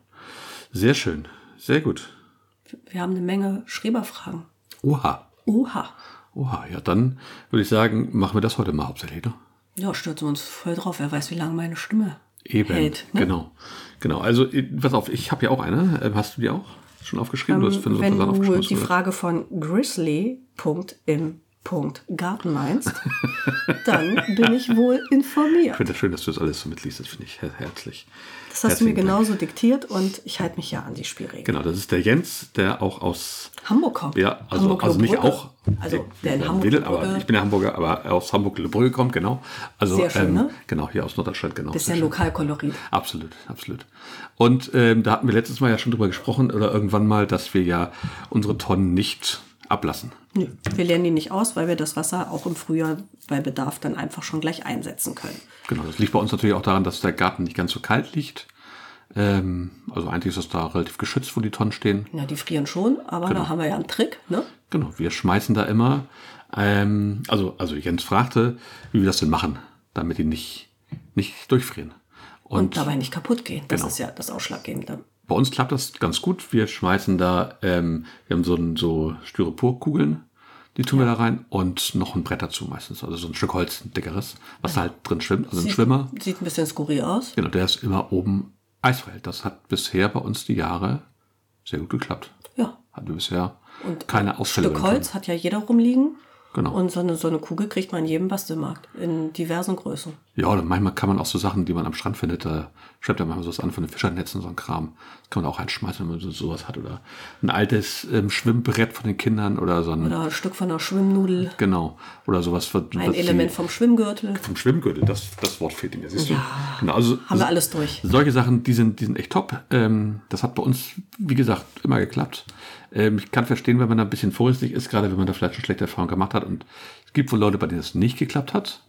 [SPEAKER 1] Sehr schön. Sehr gut.
[SPEAKER 2] Wir haben eine Menge Schreberfragen.
[SPEAKER 1] Oha.
[SPEAKER 2] Oha.
[SPEAKER 1] Oha. Ja, dann würde ich sagen, machen wir das heute mal hauptsächlich, ne?
[SPEAKER 2] Ja, stürzen wir uns voll drauf. Wer weiß, wie lange meine Stimme
[SPEAKER 1] Eben.
[SPEAKER 2] hält. Ne?
[SPEAKER 1] Genau. Genau. Also, äh, pass auf, ich habe ja auch eine. Ähm, Hast du die auch schon aufgeschrieben? Genau, du hast für so
[SPEAKER 2] Ähm, Wenn
[SPEAKER 1] einen Versand
[SPEAKER 2] du
[SPEAKER 1] aufgeschrieben.
[SPEAKER 2] die
[SPEAKER 1] hast du gesagt.
[SPEAKER 2] Frage von Grizzly. Punkt im Punkt Garten meinst, dann bin ich wohl
[SPEAKER 1] ich
[SPEAKER 2] informiert.
[SPEAKER 1] finde das schön, dass du das alles so mitliest. Das finde ich her herzlich.
[SPEAKER 2] Das hast du mir
[SPEAKER 1] Herzlichen Dank.
[SPEAKER 2] genauso diktiert und ich halte mich ja an die Spielregeln.
[SPEAKER 1] Genau, das ist der Jens, der auch aus
[SPEAKER 2] Hamburg kommt.
[SPEAKER 1] Ja, also,
[SPEAKER 2] Hamburg
[SPEAKER 1] also nicht
[SPEAKER 2] Lobrücke.
[SPEAKER 1] auch.
[SPEAKER 2] Also
[SPEAKER 1] Ich-
[SPEAKER 2] der in
[SPEAKER 1] ich-
[SPEAKER 2] Hamburg.
[SPEAKER 1] Wedel, aber ich bin ja Hamburger, aber aus Hamburg-Lebrügge kommt, genau. Also,
[SPEAKER 2] Sehr schön,
[SPEAKER 1] ähm,
[SPEAKER 2] ne?
[SPEAKER 1] Genau, hier aus Norddeutschland, genau.
[SPEAKER 2] das ist
[SPEAKER 1] Sehr
[SPEAKER 2] ja
[SPEAKER 1] schön.
[SPEAKER 2] Lokalkolorit.
[SPEAKER 1] Absolut, absolut. Und ähm, da hatten wir letztes Mal ja schon drüber gesprochen oder irgendwann mal, dass wir ja unsere Tonnen nicht ablassen.
[SPEAKER 2] Nö, wir lernen die nicht aus, weil wir das Wasser auch im Frühjahr bei Bedarf dann einfach schon gleich einsetzen können.
[SPEAKER 1] Genau, das liegt bei uns natürlich auch daran, dass der Garten nicht ganz so kalt liegt. Ähm, also eigentlich ist das da relativ geschützt, wo die Tonnen stehen.
[SPEAKER 2] Na, die frieren schon, aber da haben wir ja einen Trick, ne?
[SPEAKER 1] Genau, wir schmeißen da immer. Ähm, also, also Jens fragte, wie wir das denn machen, damit die nicht, nicht durchfrieren.
[SPEAKER 2] Und,
[SPEAKER 1] Und,
[SPEAKER 2] dabei nicht kaputt gehen. Das
[SPEAKER 1] Genau.
[SPEAKER 2] ist ja das Ausschlaggebende.
[SPEAKER 1] bei uns klappt das ganz gut. Wir schmeißen da, ähm, wir haben so, ein, so Styroporkugeln, die tun wir da rein und noch ein Brett dazu meistens. Also so ein Stück Holz, ein dickeres, was da halt drin schwimmt. Also ein
[SPEAKER 2] Sieht-
[SPEAKER 1] Schwimmer,
[SPEAKER 2] Sieht ein bisschen skurril aus.
[SPEAKER 1] genau, der ist immer oben eisverhält. Das hat bisher bei uns die Jahre sehr gut geklappt.
[SPEAKER 2] Ja.
[SPEAKER 1] Hatten wir bisher
[SPEAKER 2] Und
[SPEAKER 1] keine Ausfälle.
[SPEAKER 2] Stück
[SPEAKER 1] werden
[SPEAKER 2] Holz hat ja jeder rumliegen.
[SPEAKER 1] Genau.
[SPEAKER 2] Und so eine, so eine Kugel kriegt man in jedem Bastelmarkt. In diversen Größen.
[SPEAKER 1] Ja, oder manchmal kann man auch so Sachen, die man am Strand findet, da schreibt ja manchmal sowas an von den Fischernetzen, so ein Kram. Das kann man auch einschmeißen, wenn man so, sowas hat. Oder ein altes ähm, Schwimmbrett von den Kindern oder so ein,
[SPEAKER 2] Oder ein Stück von einer Schwimmnudel.
[SPEAKER 1] genau, oder sowas. was-
[SPEAKER 2] Ein
[SPEAKER 1] was die-
[SPEAKER 2] Element vom Schwimmgürtel.
[SPEAKER 1] vom Schwimmgürtel, das, das Wort fehlt ihm, ja, siehst du. Genau, also,
[SPEAKER 2] Haben wir alles durch.
[SPEAKER 1] Solche Sachen, die sind, die sind echt top. Ähm, das hat bei uns, wie gesagt, immer geklappt. Ähm, ich kann verstehen, wenn man da ein bisschen vorsichtig ist, gerade wenn man da vielleicht schon schlechte Erfahrungen gemacht hat. Und es gibt wohl Leute, bei denen es nicht geklappt hat.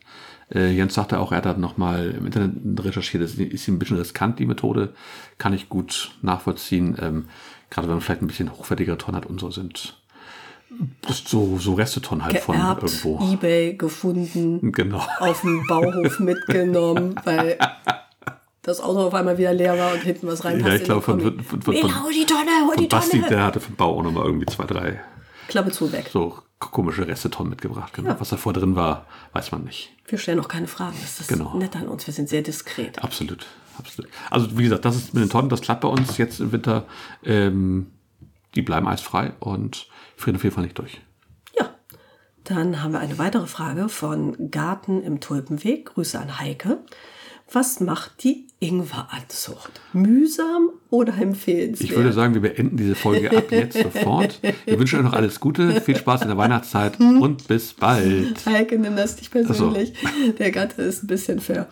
[SPEAKER 1] Äh, Jens sagte auch, er hat da nochmal im Internet recherchiert, das ist ihm ein bisschen riskant, die Methode. Kann ich gut nachvollziehen. Ähm, gerade wenn man vielleicht ein bisschen hochwertigere Tonnen hat und so sind das so, so Restetonnen halt von
[SPEAKER 2] Geerbt,
[SPEAKER 1] irgendwo.
[SPEAKER 2] Ebay gefunden.
[SPEAKER 1] Genau.
[SPEAKER 2] auf dem Bauhof mitgenommen, weil das Auto auf einmal wieder leer war und hinten was reinpasst.
[SPEAKER 1] Ja, ich glaube,
[SPEAKER 2] in
[SPEAKER 1] von,
[SPEAKER 2] den
[SPEAKER 1] von,
[SPEAKER 2] Kombi.
[SPEAKER 1] von, von,
[SPEAKER 2] Mela, hol die Tonne, hol
[SPEAKER 1] von
[SPEAKER 2] die
[SPEAKER 1] Basti,
[SPEAKER 2] Tonne.
[SPEAKER 1] der hatte vom Bau auch nochmal irgendwie zwei, drei
[SPEAKER 2] Klappe zu, weg.
[SPEAKER 1] so komische Restetonnen mitgebracht. Genau. Was davor drin war, weiß man nicht.
[SPEAKER 2] Wir stellen auch keine Fragen. Das ist
[SPEAKER 1] Genau.
[SPEAKER 2] nett an uns. Wir sind sehr diskret.
[SPEAKER 1] Absolut, absolut. Also wie gesagt, das ist mit den Tonnen, das klappt bei uns jetzt im Winter. Ähm, die bleiben eisfrei und frieren auf jeden Fall nicht durch.
[SPEAKER 2] Ja. Dann haben wir eine weitere Frage von Garten im Tulpenweg. Grüße an Heike. Was macht die Ingweranzucht? Mühsam oder empfehlenswert?
[SPEAKER 1] Ich würde sagen, wir beenden diese Folge ab jetzt sofort. Wir wünschen euch noch alles Gute, viel Spaß in der Weihnachtszeit und bis bald.
[SPEAKER 2] Heike, nimm das nicht persönlich. Der Gatte ist ein bisschen ver,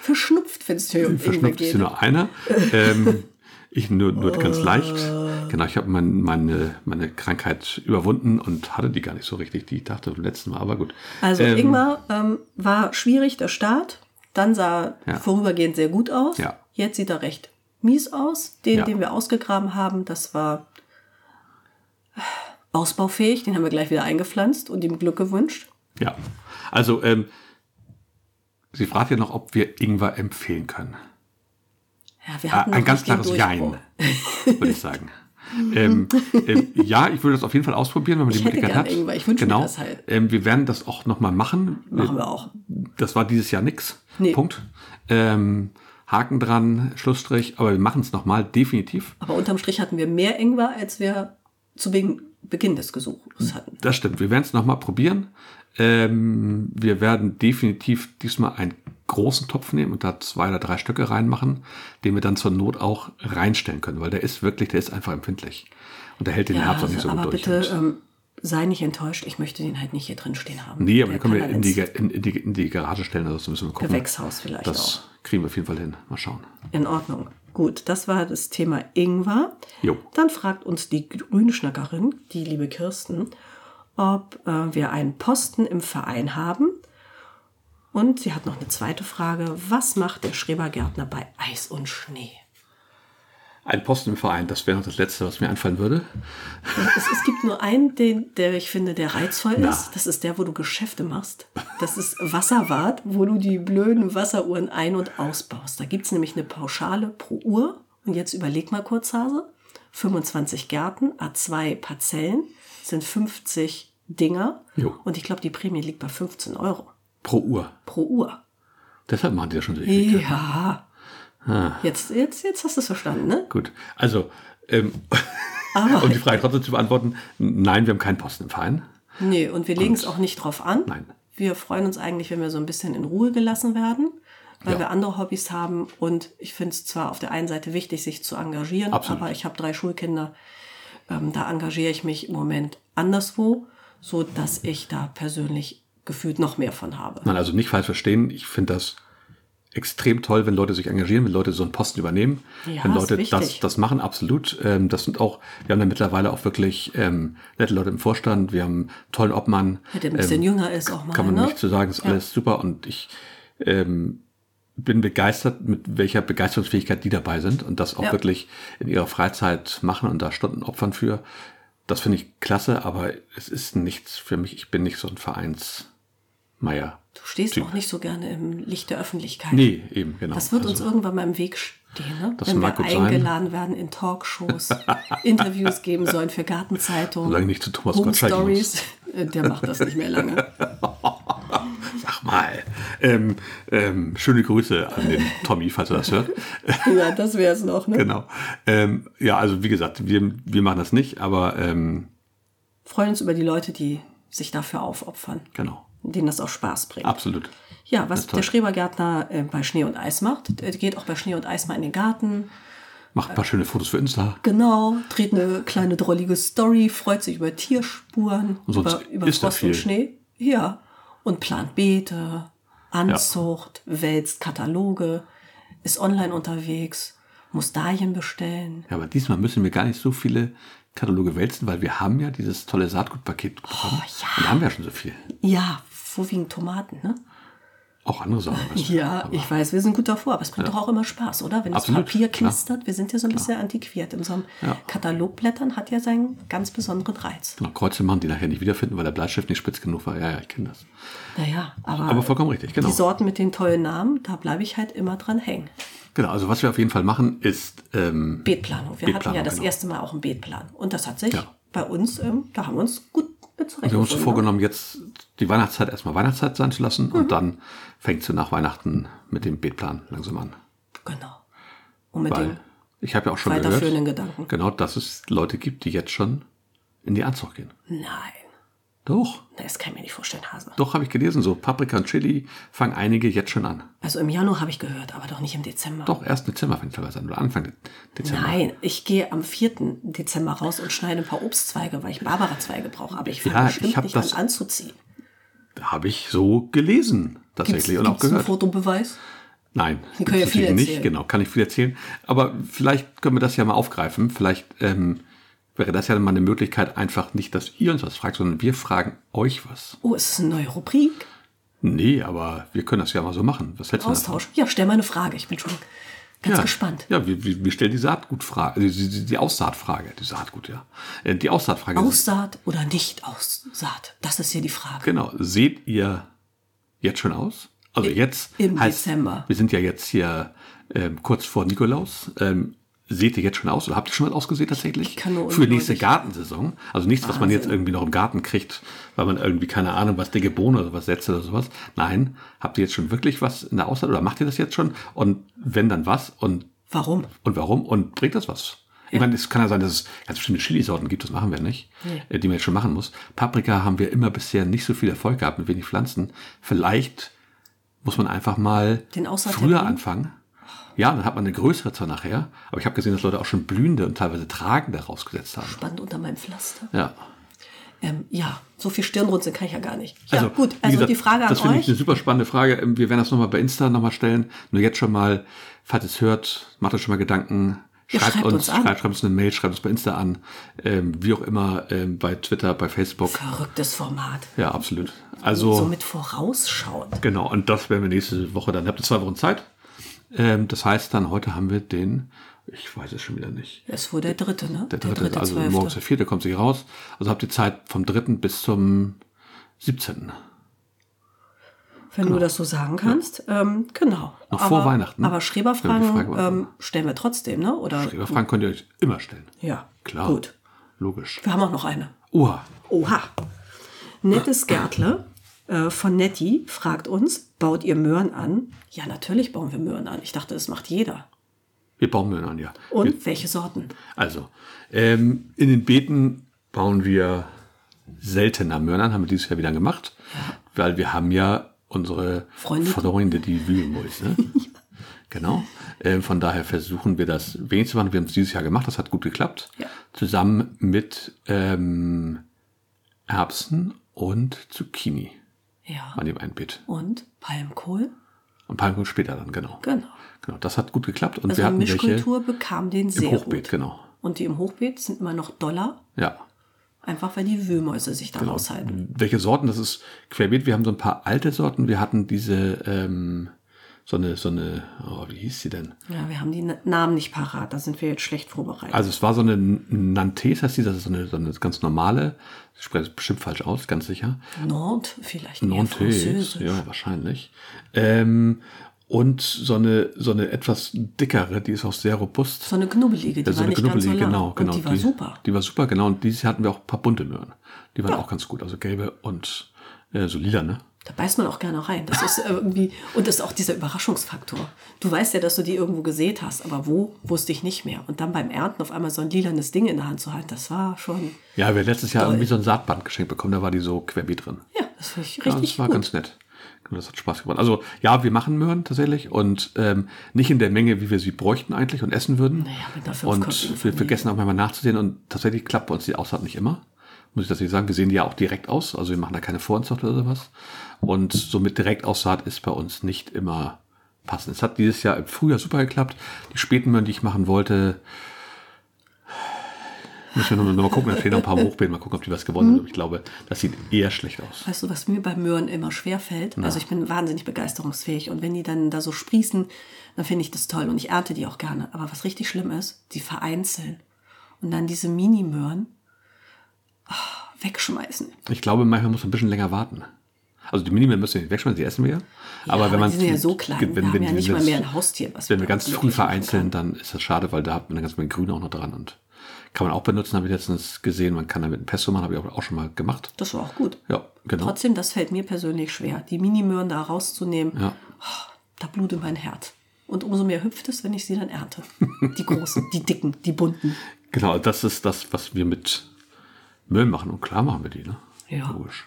[SPEAKER 2] verschnupft, wenn es hier um Ingwer
[SPEAKER 1] Verschnupft ist
[SPEAKER 2] geht.
[SPEAKER 1] hier nur einer. Ähm, ich nur, nur
[SPEAKER 2] Oh.
[SPEAKER 1] ganz leicht. Genau, ich habe mein, meine, meine Krankheit überwunden und hatte die gar nicht so richtig. Die ich dachte beim letzten Mal, aber gut.
[SPEAKER 2] Also
[SPEAKER 1] Ähm,
[SPEAKER 2] Ingmar ähm, war schwierig, der Start. Dann sah
[SPEAKER 1] Ja.
[SPEAKER 2] vorübergehend sehr gut aus.
[SPEAKER 1] Ja.
[SPEAKER 2] Jetzt sieht er recht mies aus. Den,
[SPEAKER 1] Ja.
[SPEAKER 2] den wir ausgegraben haben, das war äh, ausbaufähig. Den haben wir gleich wieder eingepflanzt und ihm Glück gewünscht.
[SPEAKER 1] Ja. Also, ähm, sie fragt ja noch, ob wir Ingwer empfehlen können.
[SPEAKER 2] Ja, wir
[SPEAKER 1] Ah,
[SPEAKER 2] hatten
[SPEAKER 1] ein
[SPEAKER 2] noch
[SPEAKER 1] ganz
[SPEAKER 2] nicht den
[SPEAKER 1] klares
[SPEAKER 2] Durchbruch.
[SPEAKER 1] Jein, würde ich sagen. ähm, ähm, ja, ich würde das auf jeden Fall ausprobieren, wenn man
[SPEAKER 2] Ich
[SPEAKER 1] die
[SPEAKER 2] hätte
[SPEAKER 1] Möglichkeit
[SPEAKER 2] gern
[SPEAKER 1] hat.
[SPEAKER 2] Ingwer, ich wünsche mir
[SPEAKER 1] genau.
[SPEAKER 2] das halt.
[SPEAKER 1] Ähm, wir werden das auch nochmal machen.
[SPEAKER 2] Machen wir auch.
[SPEAKER 1] Das war dieses Jahr nix.
[SPEAKER 2] Nee.
[SPEAKER 1] Punkt. Ähm, Haken dran, Schlussstrich. Aber wir machen es nochmal, definitiv.
[SPEAKER 2] Aber unterm Strich hatten wir mehr Ingwer, als wir zu Be- Beginn des Gesuchs hatten.
[SPEAKER 1] Das stimmt. Wir werden es nochmal probieren. Ähm, wir werden definitiv diesmal einen großen Topf nehmen und da zwei oder drei Stücke reinmachen, den wir dann zur Not auch reinstellen können, weil der ist wirklich, der ist einfach empfindlich. Und der hält den Herbst auch nicht so gut
[SPEAKER 2] aber
[SPEAKER 1] durch.
[SPEAKER 2] bitte
[SPEAKER 1] Und-
[SPEAKER 2] ähm, sei nicht enttäuscht. Ich möchte den halt nicht hier drin stehen haben.
[SPEAKER 1] nee, aber
[SPEAKER 2] Der
[SPEAKER 1] den können wir
[SPEAKER 2] kann
[SPEAKER 1] in
[SPEAKER 2] dann
[SPEAKER 1] die,
[SPEAKER 2] ins
[SPEAKER 1] Ge- in, in, die, in die Garage stellen, also das müssen wir gucken.
[SPEAKER 2] Gewächshaus vielleicht auch.
[SPEAKER 1] Das kriegen wir auf jeden Fall hin. Mal schauen.
[SPEAKER 2] In Ordnung. Gut, das war das Thema Ingwer.
[SPEAKER 1] Jo.
[SPEAKER 2] Dann fragt uns die Grünschnackerin, die liebe Kirsten, ob äh, wir einen Posten im Verein haben. Und sie hat noch eine zweite Frage. Was macht der Schrebergärtner bei Eis und Schnee?
[SPEAKER 1] Ein Posten im Verein, das wäre noch das Letzte, was mir einfallen würde.
[SPEAKER 2] Es, es gibt nur einen, den, der ich finde, der reizvoll
[SPEAKER 1] Na.
[SPEAKER 2] ist. Das ist der, wo du Geschäfte machst. Das ist Wasserwart, wo du die blöden Wasseruhren ein- und ausbaust. Da gibt es nämlich eine Pauschale pro Uhr. Und jetzt überleg mal kurz, Hase. 25 Gärten, A2 Parzellen, sind 50 Dinger.
[SPEAKER 1] Jo.
[SPEAKER 2] Und ich glaube, die Prämie liegt bei 15 Euro
[SPEAKER 1] Pro Uhr.
[SPEAKER 2] pro Uhr.
[SPEAKER 1] Deshalb machen die das schon so ewig.
[SPEAKER 2] Ja.
[SPEAKER 1] Ah.
[SPEAKER 2] Jetzt, jetzt, jetzt hast du es verstanden, ne?
[SPEAKER 1] Gut, also, ähm,
[SPEAKER 2] Ah.
[SPEAKER 1] um die Frage trotzdem zu beantworten, nein, wir haben keinen Posten im Verein.
[SPEAKER 2] Nee, und wir legen es auch nicht drauf an.
[SPEAKER 1] Nein.
[SPEAKER 2] Wir freuen uns eigentlich, wenn wir so ein bisschen in Ruhe gelassen werden, weil
[SPEAKER 1] Ja.
[SPEAKER 2] wir andere Hobbys haben. Und ich finde es zwar auf der einen Seite wichtig, sich zu engagieren,
[SPEAKER 1] Absolut.
[SPEAKER 2] aber ich habe drei Schulkinder. Ähm, da engagiere ich mich im Moment anderswo, so dass ich da persönlich gefühlt noch mehr von habe.
[SPEAKER 1] Nein, also nicht falsch verstehen. Ich finde das extrem toll, wenn Leute sich engagieren, wenn Leute so einen Posten übernehmen,
[SPEAKER 2] Ja,
[SPEAKER 1] wenn
[SPEAKER 2] ist
[SPEAKER 1] Leute
[SPEAKER 2] wichtig.
[SPEAKER 1] das, das machen, absolut. Ähm, das sind auch, wir haben da mittlerweile auch wirklich ähm, nette Leute im Vorstand, wir haben einen tollen Obmann. Ähm,
[SPEAKER 2] Ja, der ein bisschen jünger ist auch mal,
[SPEAKER 1] Kann man
[SPEAKER 2] ne?
[SPEAKER 1] nicht zu sagen, ist alles super und ich ähm, bin begeistert, mit welcher Begeisterungsfähigkeit die dabei sind und das auch
[SPEAKER 2] Ja.
[SPEAKER 1] wirklich in ihrer Freizeit machen und da Stunden opfern für. Das finde ich klasse, aber es ist nichts für mich. Ich bin nicht so ein Vereinsmeier.
[SPEAKER 2] Du stehst
[SPEAKER 1] Typ.
[SPEAKER 2] auch nicht so gerne im Licht der Öffentlichkeit.
[SPEAKER 1] Nee, eben, genau.
[SPEAKER 2] Das wird
[SPEAKER 1] Also,
[SPEAKER 2] uns irgendwann mal im Weg stehen, ne?
[SPEAKER 1] Das
[SPEAKER 2] wenn
[SPEAKER 1] mag
[SPEAKER 2] wir
[SPEAKER 1] gut sein.
[SPEAKER 2] eingeladen werden in Talkshows, Interviews geben sollen für Gartenzeitungen.
[SPEAKER 1] Solange nicht zu Thomas
[SPEAKER 2] Home
[SPEAKER 1] Gottschalk muss.
[SPEAKER 2] Stories. Der macht das nicht mehr lange.
[SPEAKER 1] Sag mal. Ähm, ähm, schöne Grüße an den Tommy, falls er das hört. Äh,
[SPEAKER 2] Ja, das wäre es noch. Ne?
[SPEAKER 1] genau. Ähm, ja, also wie gesagt, wir, wir machen das nicht, aber ähm,
[SPEAKER 2] Freuen uns über die Leute, die sich dafür aufopfern,
[SPEAKER 1] genau.
[SPEAKER 2] denen das auch Spaß bringt.
[SPEAKER 1] Absolut.
[SPEAKER 2] ja, was
[SPEAKER 1] ist Ah, toll.
[SPEAKER 2] der Schrebergärtner äh, bei Schnee und Eis macht, der geht auch bei Schnee und Eis mal in den Garten.
[SPEAKER 1] Macht ein paar schöne Fotos für Insta.
[SPEAKER 2] Genau, dreht eine kleine drollige Story, freut sich über Tierspuren,
[SPEAKER 1] Und sonst
[SPEAKER 2] über, über
[SPEAKER 1] ist da
[SPEAKER 2] Frost
[SPEAKER 1] viel.
[SPEAKER 2] und Schnee. Ja, und plant Beete, Anzucht, wälzt Kataloge, ist online unterwegs, muss Dahlien bestellen.
[SPEAKER 1] Ja, aber diesmal müssen wir gar nicht so viele Kataloge wälzen, weil wir haben ja dieses tolle Saatgutpaket bekommen.
[SPEAKER 2] Oh, ja.
[SPEAKER 1] Und da haben wir ja schon so viel.
[SPEAKER 2] Ja, vorwiegend Tomaten, ne?
[SPEAKER 1] Auch andere Sachen. weißt du.
[SPEAKER 2] Ja,
[SPEAKER 1] Aber-
[SPEAKER 2] ich weiß, wir sind gut davor, aber es bringt doch auch immer Spaß, oder? Wenn
[SPEAKER 1] Absolut,
[SPEAKER 2] das Papier
[SPEAKER 1] klar.
[SPEAKER 2] knistert, wir sind ja so ein bisschen antiquiert. In so einem
[SPEAKER 1] Ja.
[SPEAKER 2] Katalogblättern hat ja seinen ganz besonderen Reiz.
[SPEAKER 1] Genau, Kreuze machen, die nachher nicht wiederfinden, weil der Bleistift nicht spitz genug war. Ja, ja, ich kenne das.
[SPEAKER 2] Naja, aber,
[SPEAKER 1] Aber vollkommen richtig, genau.
[SPEAKER 2] die Sorten mit den tollen Namen, da bleibe ich halt immer dran hängen.
[SPEAKER 1] Genau, also was wir auf jeden Fall machen, ist ähm,
[SPEAKER 2] Beetplanung. Wir hatten ja
[SPEAKER 1] Beetplanung,
[SPEAKER 2] das
[SPEAKER 1] genau.
[SPEAKER 2] erste Mal auch einen Beetplan. Und das hat sich
[SPEAKER 1] Ja.
[SPEAKER 2] bei uns, ähm, da haben wir uns gut mit
[SPEAKER 1] Wir haben uns
[SPEAKER 2] zurechtgefunden. ne?
[SPEAKER 1] vorgenommen, jetzt die Weihnachtszeit erstmal Weihnachtszeit sein zu lassen
[SPEAKER 2] Mhm.
[SPEAKER 1] und dann fängt sie nach Weihnachten mit dem Beetplan langsam an.
[SPEAKER 2] Genau. Unbedingt.
[SPEAKER 1] Weil ich habe ja auch schon
[SPEAKER 2] Weiterführenden
[SPEAKER 1] gehört,
[SPEAKER 2] Gedanken.
[SPEAKER 1] genau, dass es Leute gibt, die jetzt schon in die Anzucht gehen.
[SPEAKER 2] Nein.
[SPEAKER 1] Doch,
[SPEAKER 2] Na, Das kann ich mir nicht vorstellen, Hase.
[SPEAKER 1] doch habe ich gelesen, so Paprika und Chili fangen einige jetzt schon an.
[SPEAKER 2] Also im Januar habe ich gehört, aber doch nicht im Dezember.
[SPEAKER 1] Doch, erst Dezember fängt teilweise an oder Anfang Dezember.
[SPEAKER 2] Nein, ich gehe am 4. Dezember raus und schneide ein paar Obstzweige, weil ich Barbara-Zweige brauche. Aber ich fange
[SPEAKER 1] Ja, ich
[SPEAKER 2] bestimmt
[SPEAKER 1] hab
[SPEAKER 2] nicht
[SPEAKER 1] das-
[SPEAKER 2] an anzuziehen.
[SPEAKER 1] Habe ich so gelesen tatsächlich und auch
[SPEAKER 2] gibt's einen
[SPEAKER 1] gehört.
[SPEAKER 2] Fotobeweis?
[SPEAKER 1] Nein,
[SPEAKER 2] Die können ja
[SPEAKER 1] gibt's
[SPEAKER 2] viel
[SPEAKER 1] natürlich nicht,
[SPEAKER 2] erzählen.
[SPEAKER 1] genau, kann ich viel erzählen. Aber vielleicht können wir das ja mal aufgreifen. Vielleicht ähm, wäre das ja mal eine Möglichkeit, einfach nicht, dass ihr uns was fragt, sondern wir fragen euch was.
[SPEAKER 2] Oh, ist es eine neue Rubrik?
[SPEAKER 1] Nee, aber wir können das ja mal so machen. Was hältst du davon?
[SPEAKER 2] Austausch? Ja, stell mal eine Frage. Ich bin schon ganz
[SPEAKER 1] ja.
[SPEAKER 2] gespannt.
[SPEAKER 1] Ja, wir, wir wir stellen die Saatgutfrage, die, die, die Aussaatfrage, die Saatgut, ja. Äh, Die Aussaatfrage.
[SPEAKER 2] Aussaat oder nicht Aussaat? Das ist hier die Frage.
[SPEAKER 1] Genau. Seht ihr jetzt schon aus? Also jetzt
[SPEAKER 2] im Dezember.
[SPEAKER 1] Wir sind ja jetzt hier ähm, kurz vor Nikolaus. Ähm, seht ihr jetzt schon aus oder habt ihr schon was ausgesehen tatsächlich?
[SPEAKER 2] kann nur
[SPEAKER 1] Für die nächste
[SPEAKER 2] ungläubig.
[SPEAKER 1] Gartensaison. Also nichts, was man jetzt irgendwie noch im Garten kriegt, weil man irgendwie, keine Ahnung, was dicke Bohnen oder was setzt oder sowas. Nein, habt ihr jetzt schon wirklich was in der Aussaat oder macht ihr das jetzt schon? Und wenn dann was und,
[SPEAKER 2] Warum?
[SPEAKER 1] und warum und bringt das was? Ich meine, es kann ja sein, dass es ganz bestimmte Chilisorten gibt, das machen wir nicht, äh, die man jetzt schon machen muss. Paprika haben wir immer bisher nicht so viel Erfolg gehabt mit wenig Pflanzen. Vielleicht muss man einfach mal
[SPEAKER 2] Den Aussaat
[SPEAKER 1] früher
[SPEAKER 2] hernehmen?
[SPEAKER 1] anfangen. Ja, dann hat man eine größere zwar nachher, aber ich habe gesehen, dass Leute auch schon blühende und teilweise tragende rausgesetzt haben.
[SPEAKER 2] Band unter meinem Pflaster.
[SPEAKER 1] Ja.
[SPEAKER 2] Ähm, ja, so viel Stirnrunzeln kann ich ja gar nicht. Ja,
[SPEAKER 1] Also,
[SPEAKER 2] gut.
[SPEAKER 1] wie
[SPEAKER 2] Also
[SPEAKER 1] gesagt,
[SPEAKER 2] die Frage an
[SPEAKER 1] Das finde ich eine
[SPEAKER 2] euch.
[SPEAKER 1] super spannende Frage. Ähm, Wir werden das nochmal bei Insta nochmal stellen. Nur jetzt schon mal, falls ihr es hört, macht euch schon mal Gedanken.
[SPEAKER 2] Ja,
[SPEAKER 1] Schreibt,
[SPEAKER 2] schreibt
[SPEAKER 1] uns,
[SPEAKER 2] uns an.
[SPEAKER 1] Schreibt, schreibt uns eine Mail, schreibt uns bei Insta an. Ähm, wie auch immer, ähm, bei Twitter, bei Facebook.
[SPEAKER 2] Verrücktes Format.
[SPEAKER 1] Ja, absolut.
[SPEAKER 2] So
[SPEAKER 1] Also,
[SPEAKER 2] mit vorausschauend.
[SPEAKER 1] genau. Und das werden wir nächste Woche dann. Habt ihr zwei Wochen Zeit. Ähm, das heißt dann, heute haben wir den, ich weiß es schon wieder nicht.
[SPEAKER 2] Es wurde der dritte, ne?
[SPEAKER 1] Der dritte, also
[SPEAKER 2] Zwölfte.
[SPEAKER 1] morgens der vierte kommt sie raus. Also habt ihr Zeit vom dritten bis zum 17.
[SPEAKER 2] Wenn du das so sagen kannst. Ähm, genau.
[SPEAKER 1] genau. Noch vor Weihnachten. ne?
[SPEAKER 2] Aber
[SPEAKER 1] Ja, die Frage
[SPEAKER 2] Schreberfragen
[SPEAKER 1] war
[SPEAKER 2] ähm, stellen wir trotzdem, ne? Oder?
[SPEAKER 1] Fragen könnt ihr euch immer stellen.
[SPEAKER 2] Ja.
[SPEAKER 1] Klar.
[SPEAKER 2] Gut.
[SPEAKER 1] Logisch.
[SPEAKER 2] Wir haben auch noch eine.
[SPEAKER 1] Oha.
[SPEAKER 2] Oha. Nettes Gärtle äh, von Netti fragt uns, baut ihr Möhren an? Ja, natürlich bauen wir Möhren an. Ich dachte, das macht jeder.
[SPEAKER 1] Wir bauen Möhren an, ja.
[SPEAKER 2] Und welche Sorten?
[SPEAKER 1] Also, ähm, in den Beeten bauen wir seltener Möhren an, haben wir dieses Jahr wieder gemacht, weil wir haben ja unsere
[SPEAKER 2] Freunde.
[SPEAKER 1] Freunde die Wühlmäuse. Ne? Genau. Ähm, von daher versuchen wir das wenigstens zu machen. Wir haben es dieses Jahr gemacht, das hat gut geklappt.
[SPEAKER 2] Ja.
[SPEAKER 1] Zusammen mit ähm, Erbsen und Zucchini
[SPEAKER 2] Ja.
[SPEAKER 1] an dem einen Beet.
[SPEAKER 2] Und Palmkohl?
[SPEAKER 1] Und Palmkohl später dann, genau.
[SPEAKER 2] Genau.
[SPEAKER 1] Genau, das hat gut geklappt. Und
[SPEAKER 2] Also
[SPEAKER 1] wir
[SPEAKER 2] die
[SPEAKER 1] hatten welche
[SPEAKER 2] Mischkultur bekam den
[SPEAKER 1] im
[SPEAKER 2] sehr
[SPEAKER 1] Hochbeet,
[SPEAKER 2] gut.
[SPEAKER 1] genau.
[SPEAKER 2] Und die im Hochbeet sind immer noch Dollar,
[SPEAKER 1] Ja.
[SPEAKER 2] einfach weil die Wühlmäuse sich
[SPEAKER 1] Genau.
[SPEAKER 2] da raushalten.
[SPEAKER 1] Ähm, Welche Sorten? Das ist querbeet. Wir haben so ein paar alte Sorten. Wir hatten diese, ähm, so eine, so eine, oh, wie hieß sie denn?
[SPEAKER 2] Ja, wir haben die Na- Namen nicht parat, da sind wir jetzt schlecht vorbereitet.
[SPEAKER 1] Also es war so eine Nantes, heißt die, das ist so eine, so eine ganz normale, ich spreche es bestimmt falsch aus, ganz sicher.
[SPEAKER 2] Nord vielleicht. eher
[SPEAKER 1] Nantes,
[SPEAKER 2] französisch.
[SPEAKER 1] ja, wahrscheinlich. Ähm, und so eine, so eine etwas dickere, die ist auch sehr robust.
[SPEAKER 2] So eine knubbelige, die
[SPEAKER 1] Ja, so
[SPEAKER 2] war
[SPEAKER 1] eine
[SPEAKER 2] nicht
[SPEAKER 1] knubbelige,
[SPEAKER 2] ganz so lang.
[SPEAKER 1] genau, genau.
[SPEAKER 2] Und die war super.
[SPEAKER 1] Die war super, genau. Und dieses Jahr hatten wir auch ein paar bunte Möhren. Die waren auch ganz gut. Also gelbe und äh, so lila, ne?
[SPEAKER 2] Da beißt man auch gerne rein. Das ist äh, irgendwie, und das ist auch dieser Überraschungsfaktor. Du weißt ja, dass du die irgendwo gesät hast, aber wo, wusste ich nicht mehr. Und dann beim Ernten auf einmal so ein lilanes Ding in der Hand zu halten, das war schon,
[SPEAKER 1] Ja, wir haben letztes Jahr
[SPEAKER 2] Toll.
[SPEAKER 1] irgendwie so ein Saatband geschenkt bekommen, da war die so querbeet drin.
[SPEAKER 2] ja, das finde ich
[SPEAKER 1] Ja,
[SPEAKER 2] richtig
[SPEAKER 1] das war
[SPEAKER 2] gut.
[SPEAKER 1] ganz nett. Genau, Das hat Spaß gemacht. Also ja, wir machen Möhren tatsächlich und ähm, nicht in der Menge, wie wir sie bräuchten eigentlich und essen würden.
[SPEAKER 2] Naja, mit einer fünfköpfigen
[SPEAKER 1] und wir vergessen auch manchmal nachzusehen und tatsächlich klappt bei uns die Aussaat nicht immer. Muss ich tatsächlich sagen, wir sehen die ja auch direkt aus, also wir machen da keine Voranzucht oder sowas. Und somit Direktaussaat ist bei uns nicht immer passend. Es hat dieses Jahr im Frühjahr super geklappt. Die späten Möhren, die ich machen wollte, müssen wir nochmal noch mal gucken, da stehen noch ein paar Hochbeeten, mal gucken, ob die was gewonnen
[SPEAKER 2] Mhm.
[SPEAKER 1] sind. Aber Ich glaube, das sieht eher schlecht aus.
[SPEAKER 2] Weißt du, was mir bei Möhren immer schwer fällt? Also ich bin wahnsinnig begeisterungsfähig und wenn die dann da so sprießen, dann finde ich das toll und ich ernte die auch gerne. Aber was richtig schlimm ist, die vereinzeln und dann diese Mini-Möhren ah, wegschmeißen.
[SPEAKER 1] Ich glaube, manchmal muss man ein bisschen länger warten. Also die Minimum müssen wir nicht wegschmeißen, die essen wir ja. aber wenn man
[SPEAKER 2] die sind ja so klein, wir haben ja nicht mal mehr ein Haustier, was
[SPEAKER 1] wenn
[SPEAKER 2] wir
[SPEAKER 1] wir ganz
[SPEAKER 2] da
[SPEAKER 1] früh
[SPEAKER 2] wirklich machen
[SPEAKER 1] vereinzeln, dann ist das schade, weil da hat man dann ganz viel Grün auch noch dran und kann man auch benutzen, habe ich letztens gesehen. Man kann damit ein Pesto machen, habe ich auch auch schon mal gemacht.
[SPEAKER 2] Das war auch gut.
[SPEAKER 1] Ja, genau.
[SPEAKER 2] Trotzdem, das fällt mir persönlich schwer, die Mini-Möhren da rauszunehmen.
[SPEAKER 1] Ja.
[SPEAKER 2] Ah, Da blutet mein Herz. Und umso mehr hüpft es, wenn ich sie dann ernte. Die großen, die dicken, die bunten.
[SPEAKER 1] also Genau, das ist das, was wir mit Müll machen und klar machen wir die. Ne?
[SPEAKER 2] Ja.
[SPEAKER 1] Logisch.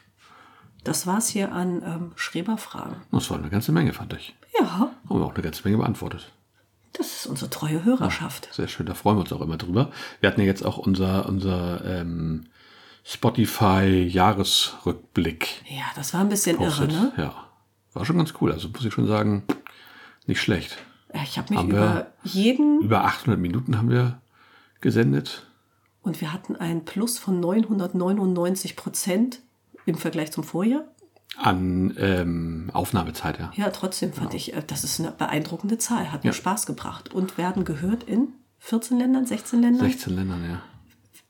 [SPEAKER 2] Das war's hier an ähm, Schreberfragen.
[SPEAKER 1] Das war eine ganze Menge, fand ich.
[SPEAKER 2] Ja,
[SPEAKER 1] Haben wir auch eine ganze Menge beantwortet.
[SPEAKER 2] das ist unsere treue Hörerschaft.
[SPEAKER 1] Sehr schön, da freuen wir uns auch immer drüber. Wir hatten ja jetzt auch unser, unser ähm, Spotify-Jahresrückblick.
[SPEAKER 2] Ja, das war ein bisschen irre,
[SPEAKER 1] postet.
[SPEAKER 2] ne?
[SPEAKER 1] Ja. War schon ganz cool. Also muss ich schon sagen, nicht schlecht.
[SPEAKER 2] Ja, Ich habe mich
[SPEAKER 1] Haben
[SPEAKER 2] über
[SPEAKER 1] wir-
[SPEAKER 2] jeden
[SPEAKER 1] Über 800 Minuten haben wir gesendet.
[SPEAKER 2] und wir hatten einen Plus von 999 Prozent im Vergleich zum Vorjahr.
[SPEAKER 1] An ähm, Aufnahmezeit, ja.
[SPEAKER 2] Ja, trotzdem fand ich, äh, das ist eine beeindruckende Zahl, hat mir
[SPEAKER 1] Ja.
[SPEAKER 2] Spaß gebracht und werden gehört in 14 Ländern, 16 Ländern.
[SPEAKER 1] 16 Ländern, ja.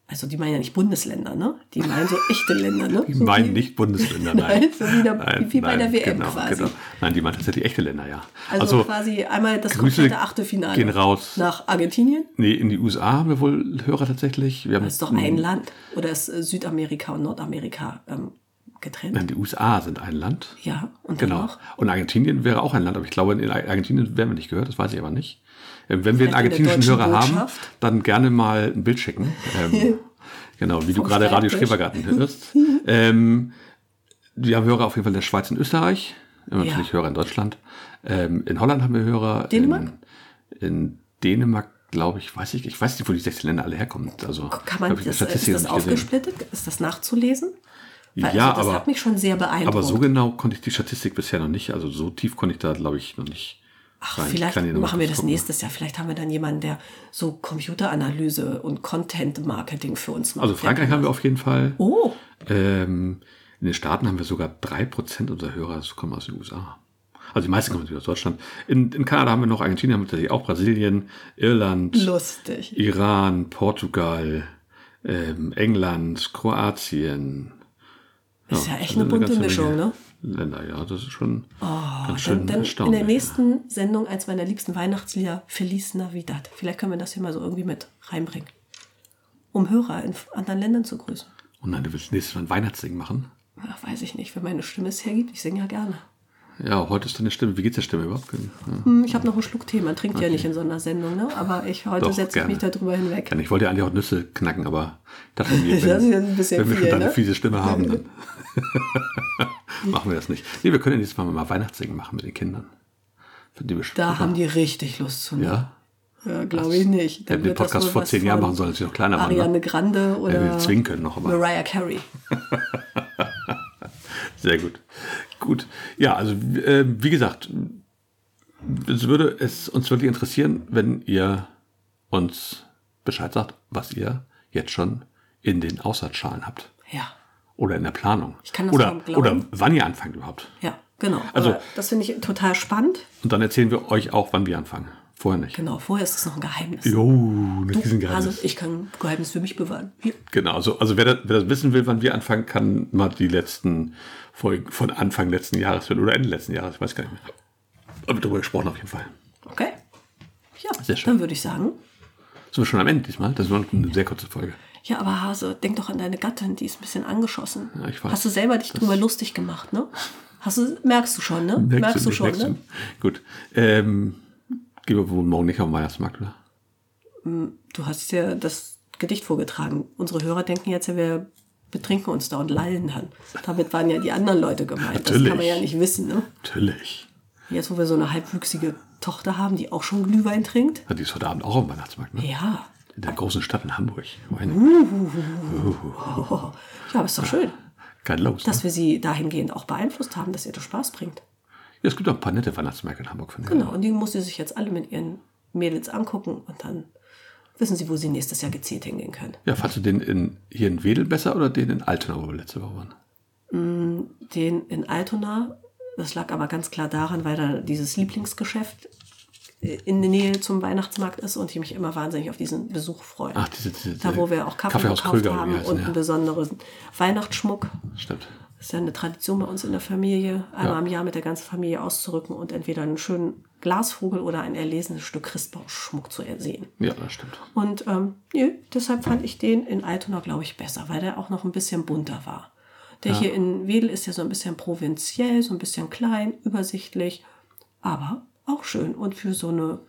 [SPEAKER 2] Also die meinen ja nicht Bundesländer, ne? Die meinen so echte Länder, ne?
[SPEAKER 1] Die
[SPEAKER 2] So
[SPEAKER 1] meinen nicht Bundesländer,
[SPEAKER 2] Nein,
[SPEAKER 1] nein.
[SPEAKER 2] so wie der- wie bei der WM
[SPEAKER 1] genau,
[SPEAKER 2] quasi.
[SPEAKER 1] Genau. Nein, die meinen tatsächlich echte Länder, ja.
[SPEAKER 2] Also, quasi einmal das
[SPEAKER 1] Grüße
[SPEAKER 2] komplette Achtelfinale.
[SPEAKER 1] gehen raus.
[SPEAKER 2] Nach Argentinien?
[SPEAKER 1] Nee, in die USA haben wir wohl Hörer tatsächlich. Wir haben
[SPEAKER 2] Das ist doch ein Land. Oder ist äh, Südamerika und Nordamerika ähm, getrennt?
[SPEAKER 1] Nein, die USA sind ein Land.
[SPEAKER 2] Ja, und dann
[SPEAKER 1] Genau.
[SPEAKER 2] noch?
[SPEAKER 1] Und Argentinien wäre auch ein Land, aber ich glaube, in Argentinien werden wir nicht gehört, das weiß ich aber nicht. Ähm, Wenn wir einen
[SPEAKER 2] Vielleicht in der
[SPEAKER 1] argentinischen
[SPEAKER 2] deutschen
[SPEAKER 1] Hörer haben,
[SPEAKER 2] Botschaft?
[SPEAKER 1] dann gerne mal ein Bild schicken. Ähm, genau, wie du
[SPEAKER 2] Vom
[SPEAKER 1] gerade Radio
[SPEAKER 2] Schreibtisch.
[SPEAKER 1] Schrebergarten hörst. ähm, wir haben Hörer auf jeden Fall in der Schweiz und Österreich. Wir haben
[SPEAKER 2] Ja.
[SPEAKER 1] natürlich Hörer in Deutschland. Ähm, in Holland haben wir Hörer.
[SPEAKER 2] Dänemark?
[SPEAKER 1] In, in Dänemark, glaube ich, weiß ich, ich weiß nicht, wo die 16 Länder alle herkommen. Also,
[SPEAKER 2] Kann man
[SPEAKER 1] hab ich in
[SPEAKER 2] das, äh,
[SPEAKER 1] der
[SPEAKER 2] ist
[SPEAKER 1] Statistik
[SPEAKER 2] das
[SPEAKER 1] noch nicht gesehen.
[SPEAKER 2] aufgesplittet? Ist das nachzulesen? Weil,
[SPEAKER 1] Ja,
[SPEAKER 2] also das
[SPEAKER 1] aber-
[SPEAKER 2] hat mich schon sehr beeindruckt.
[SPEAKER 1] Aber so genau konnte ich die Statistik bisher noch nicht. Also so tief konnte ich da, glaube ich, noch nicht.
[SPEAKER 2] Ach,
[SPEAKER 1] rein. Ich
[SPEAKER 2] vielleicht
[SPEAKER 1] kann hier noch mal
[SPEAKER 2] machen wir
[SPEAKER 1] kurz
[SPEAKER 2] das
[SPEAKER 1] gucken.
[SPEAKER 2] nächstes Jahr. Vielleicht haben wir dann jemanden, der so Computeranalyse und Content-Marketing für uns macht.
[SPEAKER 1] Also Frankreich haben wir auf jeden Fall.
[SPEAKER 2] Oh,
[SPEAKER 1] Ähm, in den Staaten haben wir sogar 3% unserer Hörer das kommen aus den USA. Also die meisten kommen natürlich aus Deutschland. In, in Kanada haben wir noch Argentinien, haben wir tatsächlich auch Brasilien, Irland,
[SPEAKER 2] lustig.
[SPEAKER 1] Iran, Portugal, ähm, England, Kroatien.
[SPEAKER 2] Ist ja echt
[SPEAKER 1] also
[SPEAKER 2] eine bunte
[SPEAKER 1] ganze
[SPEAKER 2] Mischung,
[SPEAKER 1] Menge
[SPEAKER 2] ne? Oh,
[SPEAKER 1] Länder, ja, das ist schon ganz schön
[SPEAKER 2] Dann, dann in der
[SPEAKER 1] erstaunlich.
[SPEAKER 2] nächsten Sendung eins meiner liebsten Weihnachtslieder, Feliz Navidad. Vielleicht können wir das hier mal so irgendwie mit reinbringen. Um Hörer in anderen Ländern zu grüßen.
[SPEAKER 1] Und nein, du willst nächstes Mal ein Weihnachtssingen machen?
[SPEAKER 2] Ach, weiß ich nicht, wenn meine Stimme es hergibt. Ich singe ja gerne.
[SPEAKER 1] Ja, heute ist deine Stimme. Wie geht's der Stimme überhaupt? Ja.
[SPEAKER 2] Hm, ich habe noch einen Schluck Tee. Man trinkt ja nicht in so einer Sendung, ne? Aber ich, heute
[SPEAKER 1] Doch,
[SPEAKER 2] setze ich mich
[SPEAKER 1] gerne.
[SPEAKER 2] darüber hinweg.
[SPEAKER 1] Ich wollte ja eigentlich auch Nüsse knacken, aber dachte mir,
[SPEAKER 2] Das ist jetzt ein
[SPEAKER 1] wenn,
[SPEAKER 2] bisschen
[SPEAKER 1] wenn wir schon
[SPEAKER 2] viel,
[SPEAKER 1] deine
[SPEAKER 2] ne?
[SPEAKER 1] fiese Stimme haben, dann machen wir das nicht. Nee, wir können ja nächstes Mal mal Weihnachtssingen machen mit den Kindern. Finden die bestimmt
[SPEAKER 2] Da
[SPEAKER 1] super.
[SPEAKER 2] haben die richtig Lust zu. ne?
[SPEAKER 1] ja.
[SPEAKER 2] Ja, glaube ich nicht.
[SPEAKER 1] Wir hätten den
[SPEAKER 2] wird das
[SPEAKER 1] Podcast
[SPEAKER 2] wohl
[SPEAKER 1] vor
[SPEAKER 2] was
[SPEAKER 1] zehn Jahren
[SPEAKER 2] von
[SPEAKER 1] machen sollen, als wir noch kleiner waren.
[SPEAKER 2] Ariane
[SPEAKER 1] Ne?
[SPEAKER 2] Grande
[SPEAKER 1] Ja, wir
[SPEAKER 2] oder
[SPEAKER 1] zwingen können noch, aber-
[SPEAKER 2] Mariah Carey.
[SPEAKER 1] Sehr gut. Gut. Ja, also äh, wie gesagt, es würde es uns wirklich interessieren, wenn ihr uns Bescheid sagt, was ihr jetzt schon in den Aussatzschalen habt.
[SPEAKER 2] Ja,
[SPEAKER 1] Oder in der Planung.
[SPEAKER 2] Ich kann das
[SPEAKER 1] oder,
[SPEAKER 2] kaum glauben.
[SPEAKER 1] oder wann ihr anfangt überhaupt.
[SPEAKER 2] ja, genau.
[SPEAKER 1] Also-
[SPEAKER 2] Aber das finde ich total spannend.
[SPEAKER 1] Und dann erzählen wir euch auch, wann wir anfangen. Vorher nicht.
[SPEAKER 2] Genau, vorher ist es noch ein Geheimnis.
[SPEAKER 1] Jo, ein Riesengeheimnis.
[SPEAKER 2] also ich kann Geheimnis für mich bewahren. Hier.
[SPEAKER 1] genau, also, also wer, das, wer das wissen will, wann wir anfangen, kann mal die letzten Folgen von Anfang letzten Jahres hören oder Ende letzten Jahres, ich weiß gar nicht mehr. Aber darüber gesprochen auf jeden Fall.
[SPEAKER 2] Okay. Ja,
[SPEAKER 1] Sehr schön.
[SPEAKER 2] dann würde ich sagen.
[SPEAKER 1] Sind wir schon am Ende diesmal? Das war noch eine sehr kurze Folge.
[SPEAKER 2] Ja, aber Hase, denk doch an deine Gattin, die ist ein bisschen angeschossen.
[SPEAKER 1] Ja, ich weiß.
[SPEAKER 2] Hast du selber dich drüber lustig gemacht, ne? Hast du, merkst du schon, ne? merkst du
[SPEAKER 1] nicht,
[SPEAKER 2] schon,
[SPEAKER 1] merkst
[SPEAKER 2] ne?
[SPEAKER 1] du. Gut. Ähm, gehen wir wohl morgen nicht auf den Weihnachtsmarkt, oder?
[SPEAKER 2] Du hast ja das Gedicht vorgetragen. Unsere Hörer denken jetzt, ja, wir betrinken uns da und lallen dann. Damit waren ja die anderen Leute gemeint. Das kann man
[SPEAKER 1] Natürlich.
[SPEAKER 2] ja nicht wissen. Ne?
[SPEAKER 1] Natürlich.
[SPEAKER 2] Jetzt, wo wir so eine halbwüchsige Tochter haben, die auch schon Glühwein trinkt.
[SPEAKER 1] Ja, Die ist heute Abend auch am Weihnachtsmarkt, ne?
[SPEAKER 2] Ja,
[SPEAKER 1] In der großen Stadt in Hamburg. Meine,
[SPEAKER 2] oh, ja, aber ist doch schön,
[SPEAKER 1] Kein Los. ne?
[SPEAKER 2] dass wir sie dahingehend auch beeinflusst haben, dass ihr das Spaß bringt.
[SPEAKER 1] Ja, es gibt auch ein paar nette Weihnachtsmärkte in Hamburg, finde ich.
[SPEAKER 2] Genau, und die muss sie sich jetzt alle mit ihren Mädels angucken und dann wissen sie, wo sie nächstes Jahr gezielt hingehen können.
[SPEAKER 1] Ja, fandst du den in, hier in Wedel besser oder den in Altona, wo wir letzte Woche waren?
[SPEAKER 2] den in Altona. Das lag aber ganz klar daran, weil da dieses Lieblingsgeschäft äh, in der Nähe zum Weihnachtsmarkt ist und ich mich immer wahnsinnig auf diesen Besuch freue.
[SPEAKER 1] Ach, diese- diese-
[SPEAKER 2] da, wo wir auch Kaffee,
[SPEAKER 1] Kaffeehaus
[SPEAKER 2] gekauft
[SPEAKER 1] Kröger, wie
[SPEAKER 2] haben
[SPEAKER 1] die heißen,
[SPEAKER 2] und
[SPEAKER 1] ja.
[SPEAKER 2] einen besonderen Weihnachtsschmuck.
[SPEAKER 1] Stimmt.
[SPEAKER 2] Das ist ja eine Tradition bei uns in der Familie, einmal
[SPEAKER 1] Ja.
[SPEAKER 2] im Jahr mit der ganzen Familie auszurücken und entweder einen schönen Glasvogel oder ein erlesenes Stück Christbaumschmuck zu ersehen.
[SPEAKER 1] Ja, das stimmt.
[SPEAKER 2] Und ähm, nö, deshalb fand ich den in Altona, glaube ich, besser, weil der auch noch ein bisschen bunter war. Der hier in Wedel ist ja so ein bisschen provinziell, so ein bisschen klein, übersichtlich, aber auch schön. Und für so eine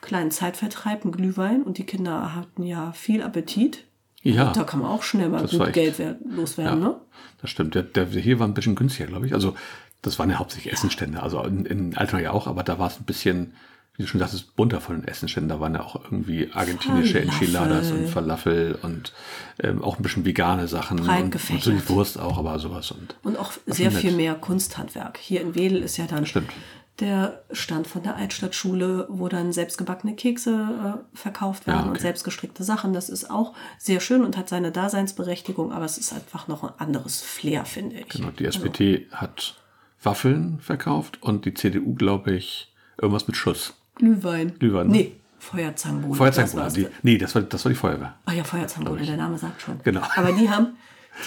[SPEAKER 2] kleinen Zeitvertreib, ein Glühwein und die Kinder hatten ja viel Appetit.
[SPEAKER 1] Ja,
[SPEAKER 2] Da kann man auch schnell mal
[SPEAKER 1] Das war
[SPEAKER 2] gut
[SPEAKER 1] echt-
[SPEAKER 2] Geld wer- loswerden, ne?
[SPEAKER 1] das stimmt. Der, der hier war ein bisschen günstiger, glaube ich. Also das waren ja hauptsächlich Essenstände. Also in, in Altona ja auch, aber da war es ein bisschen, wie du schon sagtest, bunter von den Essenständen. Da waren ja auch irgendwie argentinische
[SPEAKER 2] Falafel.
[SPEAKER 1] Enchiladas und Falafel und ähm, auch ein bisschen vegane Sachen.
[SPEAKER 2] Breit
[SPEAKER 1] und, und so die
[SPEAKER 2] gefächert.
[SPEAKER 1] Wurst auch, aber sowas. Und
[SPEAKER 2] Und auch sehr
[SPEAKER 1] nett.
[SPEAKER 2] viel mehr Kunsthandwerk. Hier in Wedel ist ja dann
[SPEAKER 1] Stimmt.
[SPEAKER 2] der Stand von der Altstadtschule, wo dann selbstgebackene Kekse äh, verkauft werden und
[SPEAKER 1] okay.
[SPEAKER 2] selbstgestrickte Sachen. Das ist auch sehr schön und hat seine Daseinsberechtigung, aber es ist einfach noch ein anderes Flair, finde ich.
[SPEAKER 1] Genau, die SPD
[SPEAKER 2] Also.
[SPEAKER 1] hat Waffeln verkauft und die CDU, glaube ich, irgendwas mit Schuss.
[SPEAKER 2] Glühwein.
[SPEAKER 1] Glühwein, ne?
[SPEAKER 2] Nee, Feuerzangenbowle.
[SPEAKER 1] Feuerzeugbruder.
[SPEAKER 2] Das
[SPEAKER 1] Die,
[SPEAKER 2] war's.
[SPEAKER 1] nee, das war, das war die Feuerwehr.
[SPEAKER 2] Ah ja, Feuerzangenbowle, der Name sagt schon.
[SPEAKER 1] Genau.
[SPEAKER 2] Aber die haben,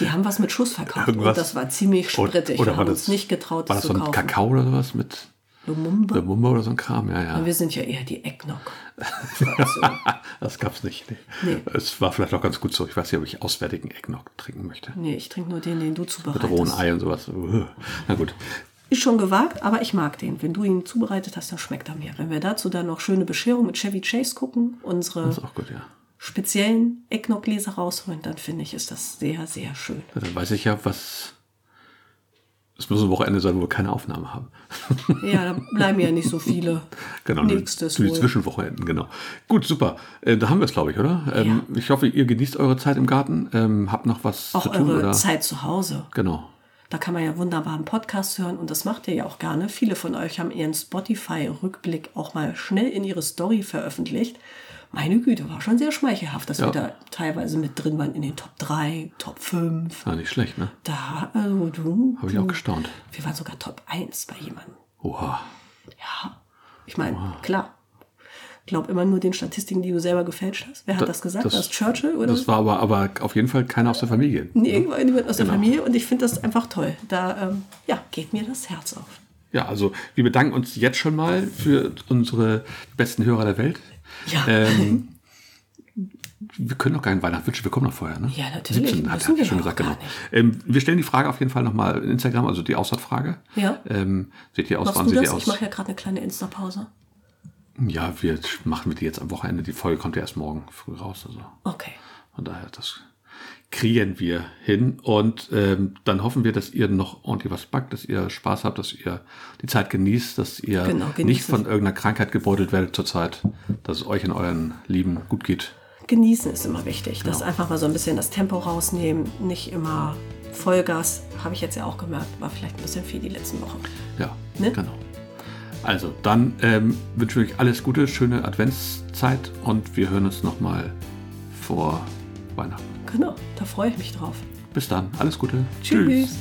[SPEAKER 2] die haben was mit Schuss verkauft
[SPEAKER 1] Irgendwas.
[SPEAKER 2] und das war ziemlich sprittig. wir haben uns nicht getraut,
[SPEAKER 1] War
[SPEAKER 2] das
[SPEAKER 1] das
[SPEAKER 2] zu
[SPEAKER 1] so ein
[SPEAKER 2] kaufen.
[SPEAKER 1] Kakao oder sowas mit
[SPEAKER 2] Lumumba?
[SPEAKER 1] Mumba oder so ein Kram? Ja, ja.
[SPEAKER 2] Wir sind ja eher die Eggnog.
[SPEAKER 1] Das gab's nicht. Nee.
[SPEAKER 2] Nee.
[SPEAKER 1] Es war vielleicht auch ganz gut so. Ich weiß nicht, ob ich auswärtigen Eggnog trinken möchte.
[SPEAKER 2] Nee, ich trinke nur den, den du zubereitest.
[SPEAKER 1] Mit rohen Ei und sowas. Uah. Na gut.
[SPEAKER 2] Ist schon gewagt, aber ich mag den. Wenn du ihn zubereitet hast, dann schmeckt er mir. Wenn wir dazu dann noch schöne Bescherung mit Chevy Chase gucken, unsere
[SPEAKER 1] Ist auch gut, ja.
[SPEAKER 2] speziellen Eggnog-Gläser rausholen, dann finde ich, ist das sehr, sehr schön.
[SPEAKER 1] Dann weiß ich ja, was. Es muss ein Wochenende sein, wo wir keine Aufnahme haben.
[SPEAKER 2] Ja, da bleiben ja nicht so viele.
[SPEAKER 1] Genau,
[SPEAKER 2] Nächstes
[SPEAKER 1] zu den
[SPEAKER 2] wohl.
[SPEAKER 1] Zwischenwochenenden, genau. Gut, super. Äh, da haben wir es, glaube ich, oder? Ähm, Ich hoffe, ihr genießt eure Zeit im Garten. Ähm, habt noch was
[SPEAKER 2] Auch
[SPEAKER 1] zu tun,
[SPEAKER 2] eure
[SPEAKER 1] oder?
[SPEAKER 2] Zeit zu Hause.
[SPEAKER 1] Genau.
[SPEAKER 2] Da kann man ja wunderbar einen Podcast hören und das macht ihr ja auch gerne. Viele von euch haben ihren Spotify-Rückblick auch mal schnell in ihre Story veröffentlicht. Meine Güte, war schon sehr schmeichelhaft, dass wir da teilweise mit drin waren in den Top 3, Top 5.
[SPEAKER 1] Ja, nicht schlecht, ne?
[SPEAKER 2] Da, also du.
[SPEAKER 1] Habe ich auch gestaunt.
[SPEAKER 2] Wir waren sogar Top 1 bei jemandem.
[SPEAKER 1] Oha.
[SPEAKER 2] Ja, ich meine, klar. Glaub immer nur den Statistiken, die du selber gefälscht hast. Wer hat das gesagt? Das, Churchill oder
[SPEAKER 1] Das war aber, aber auf jeden Fall keiner aus der Familie.
[SPEAKER 2] Nee, irgendjemand aus der
[SPEAKER 1] Genau.
[SPEAKER 2] Familie? Und ich finde das einfach toll. Da ähm, ja, geht mir das Herz auf.
[SPEAKER 1] Ja, also wir bedanken uns jetzt schon mal für unsere besten Hörer der Welt.
[SPEAKER 2] Ja.
[SPEAKER 1] Ähm, wir können noch keinen Weihnachten wünschen, wir kommen noch vorher, ne?
[SPEAKER 2] Ja, natürlich,
[SPEAKER 1] 17 hat
[SPEAKER 2] müssen
[SPEAKER 1] er
[SPEAKER 2] wir
[SPEAKER 1] schon
[SPEAKER 2] doch
[SPEAKER 1] gesagt,
[SPEAKER 2] gar
[SPEAKER 1] genau. Ähm, wir stellen die Frage auf jeden Fall nochmal in Instagram, also die Aussatzfrage.
[SPEAKER 2] Ja.
[SPEAKER 1] Ähm, seht ihr aus,
[SPEAKER 2] Machst
[SPEAKER 1] wann
[SPEAKER 2] du
[SPEAKER 1] seht
[SPEAKER 2] das?
[SPEAKER 1] ihr
[SPEAKER 2] Ich
[SPEAKER 1] aus?
[SPEAKER 2] mache ja gerade eine kleine Insta-Pause.
[SPEAKER 1] Ja, wir machen wir die jetzt am Wochenende. Die Folge kommt ja erst morgen früh raus. Also.
[SPEAKER 2] Okay.
[SPEAKER 1] Von daher, das kriegen wir hin. Und ähm, dann hoffen wir, dass ihr noch ordentlich was backt, dass ihr Spaß habt, dass ihr die Zeit genießt, dass ihr
[SPEAKER 2] Genau, genießt
[SPEAKER 1] nicht
[SPEAKER 2] es.
[SPEAKER 1] von irgendeiner Krankheit gebeutelt werdet zurzeit, dass es euch in euren Lieben gut geht.
[SPEAKER 2] Genießen ist immer wichtig. Das einfach mal so ein bisschen das Tempo rausnehmen. Nicht immer Vollgas, habe ich jetzt ja auch gemerkt, war vielleicht ein bisschen viel die letzten Wochen.
[SPEAKER 1] Ja,
[SPEAKER 2] Ne?
[SPEAKER 1] genau. Also, dann ähm, wünsche ich euch alles Gute, schöne Adventszeit und wir hören uns nochmal vor Weihnachten.
[SPEAKER 2] Genau, da freue ich mich drauf.
[SPEAKER 1] Bis dann, alles Gute.
[SPEAKER 2] Tschüss.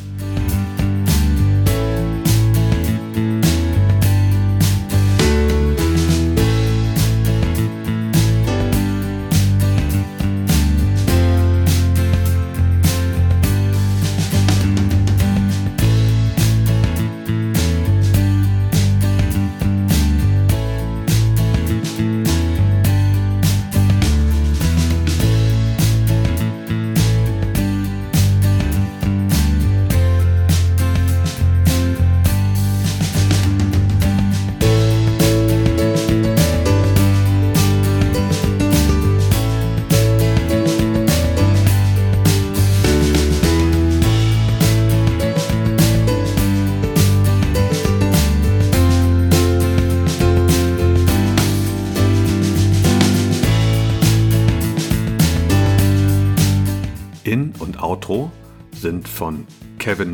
[SPEAKER 1] In- und Outro sind von Kevin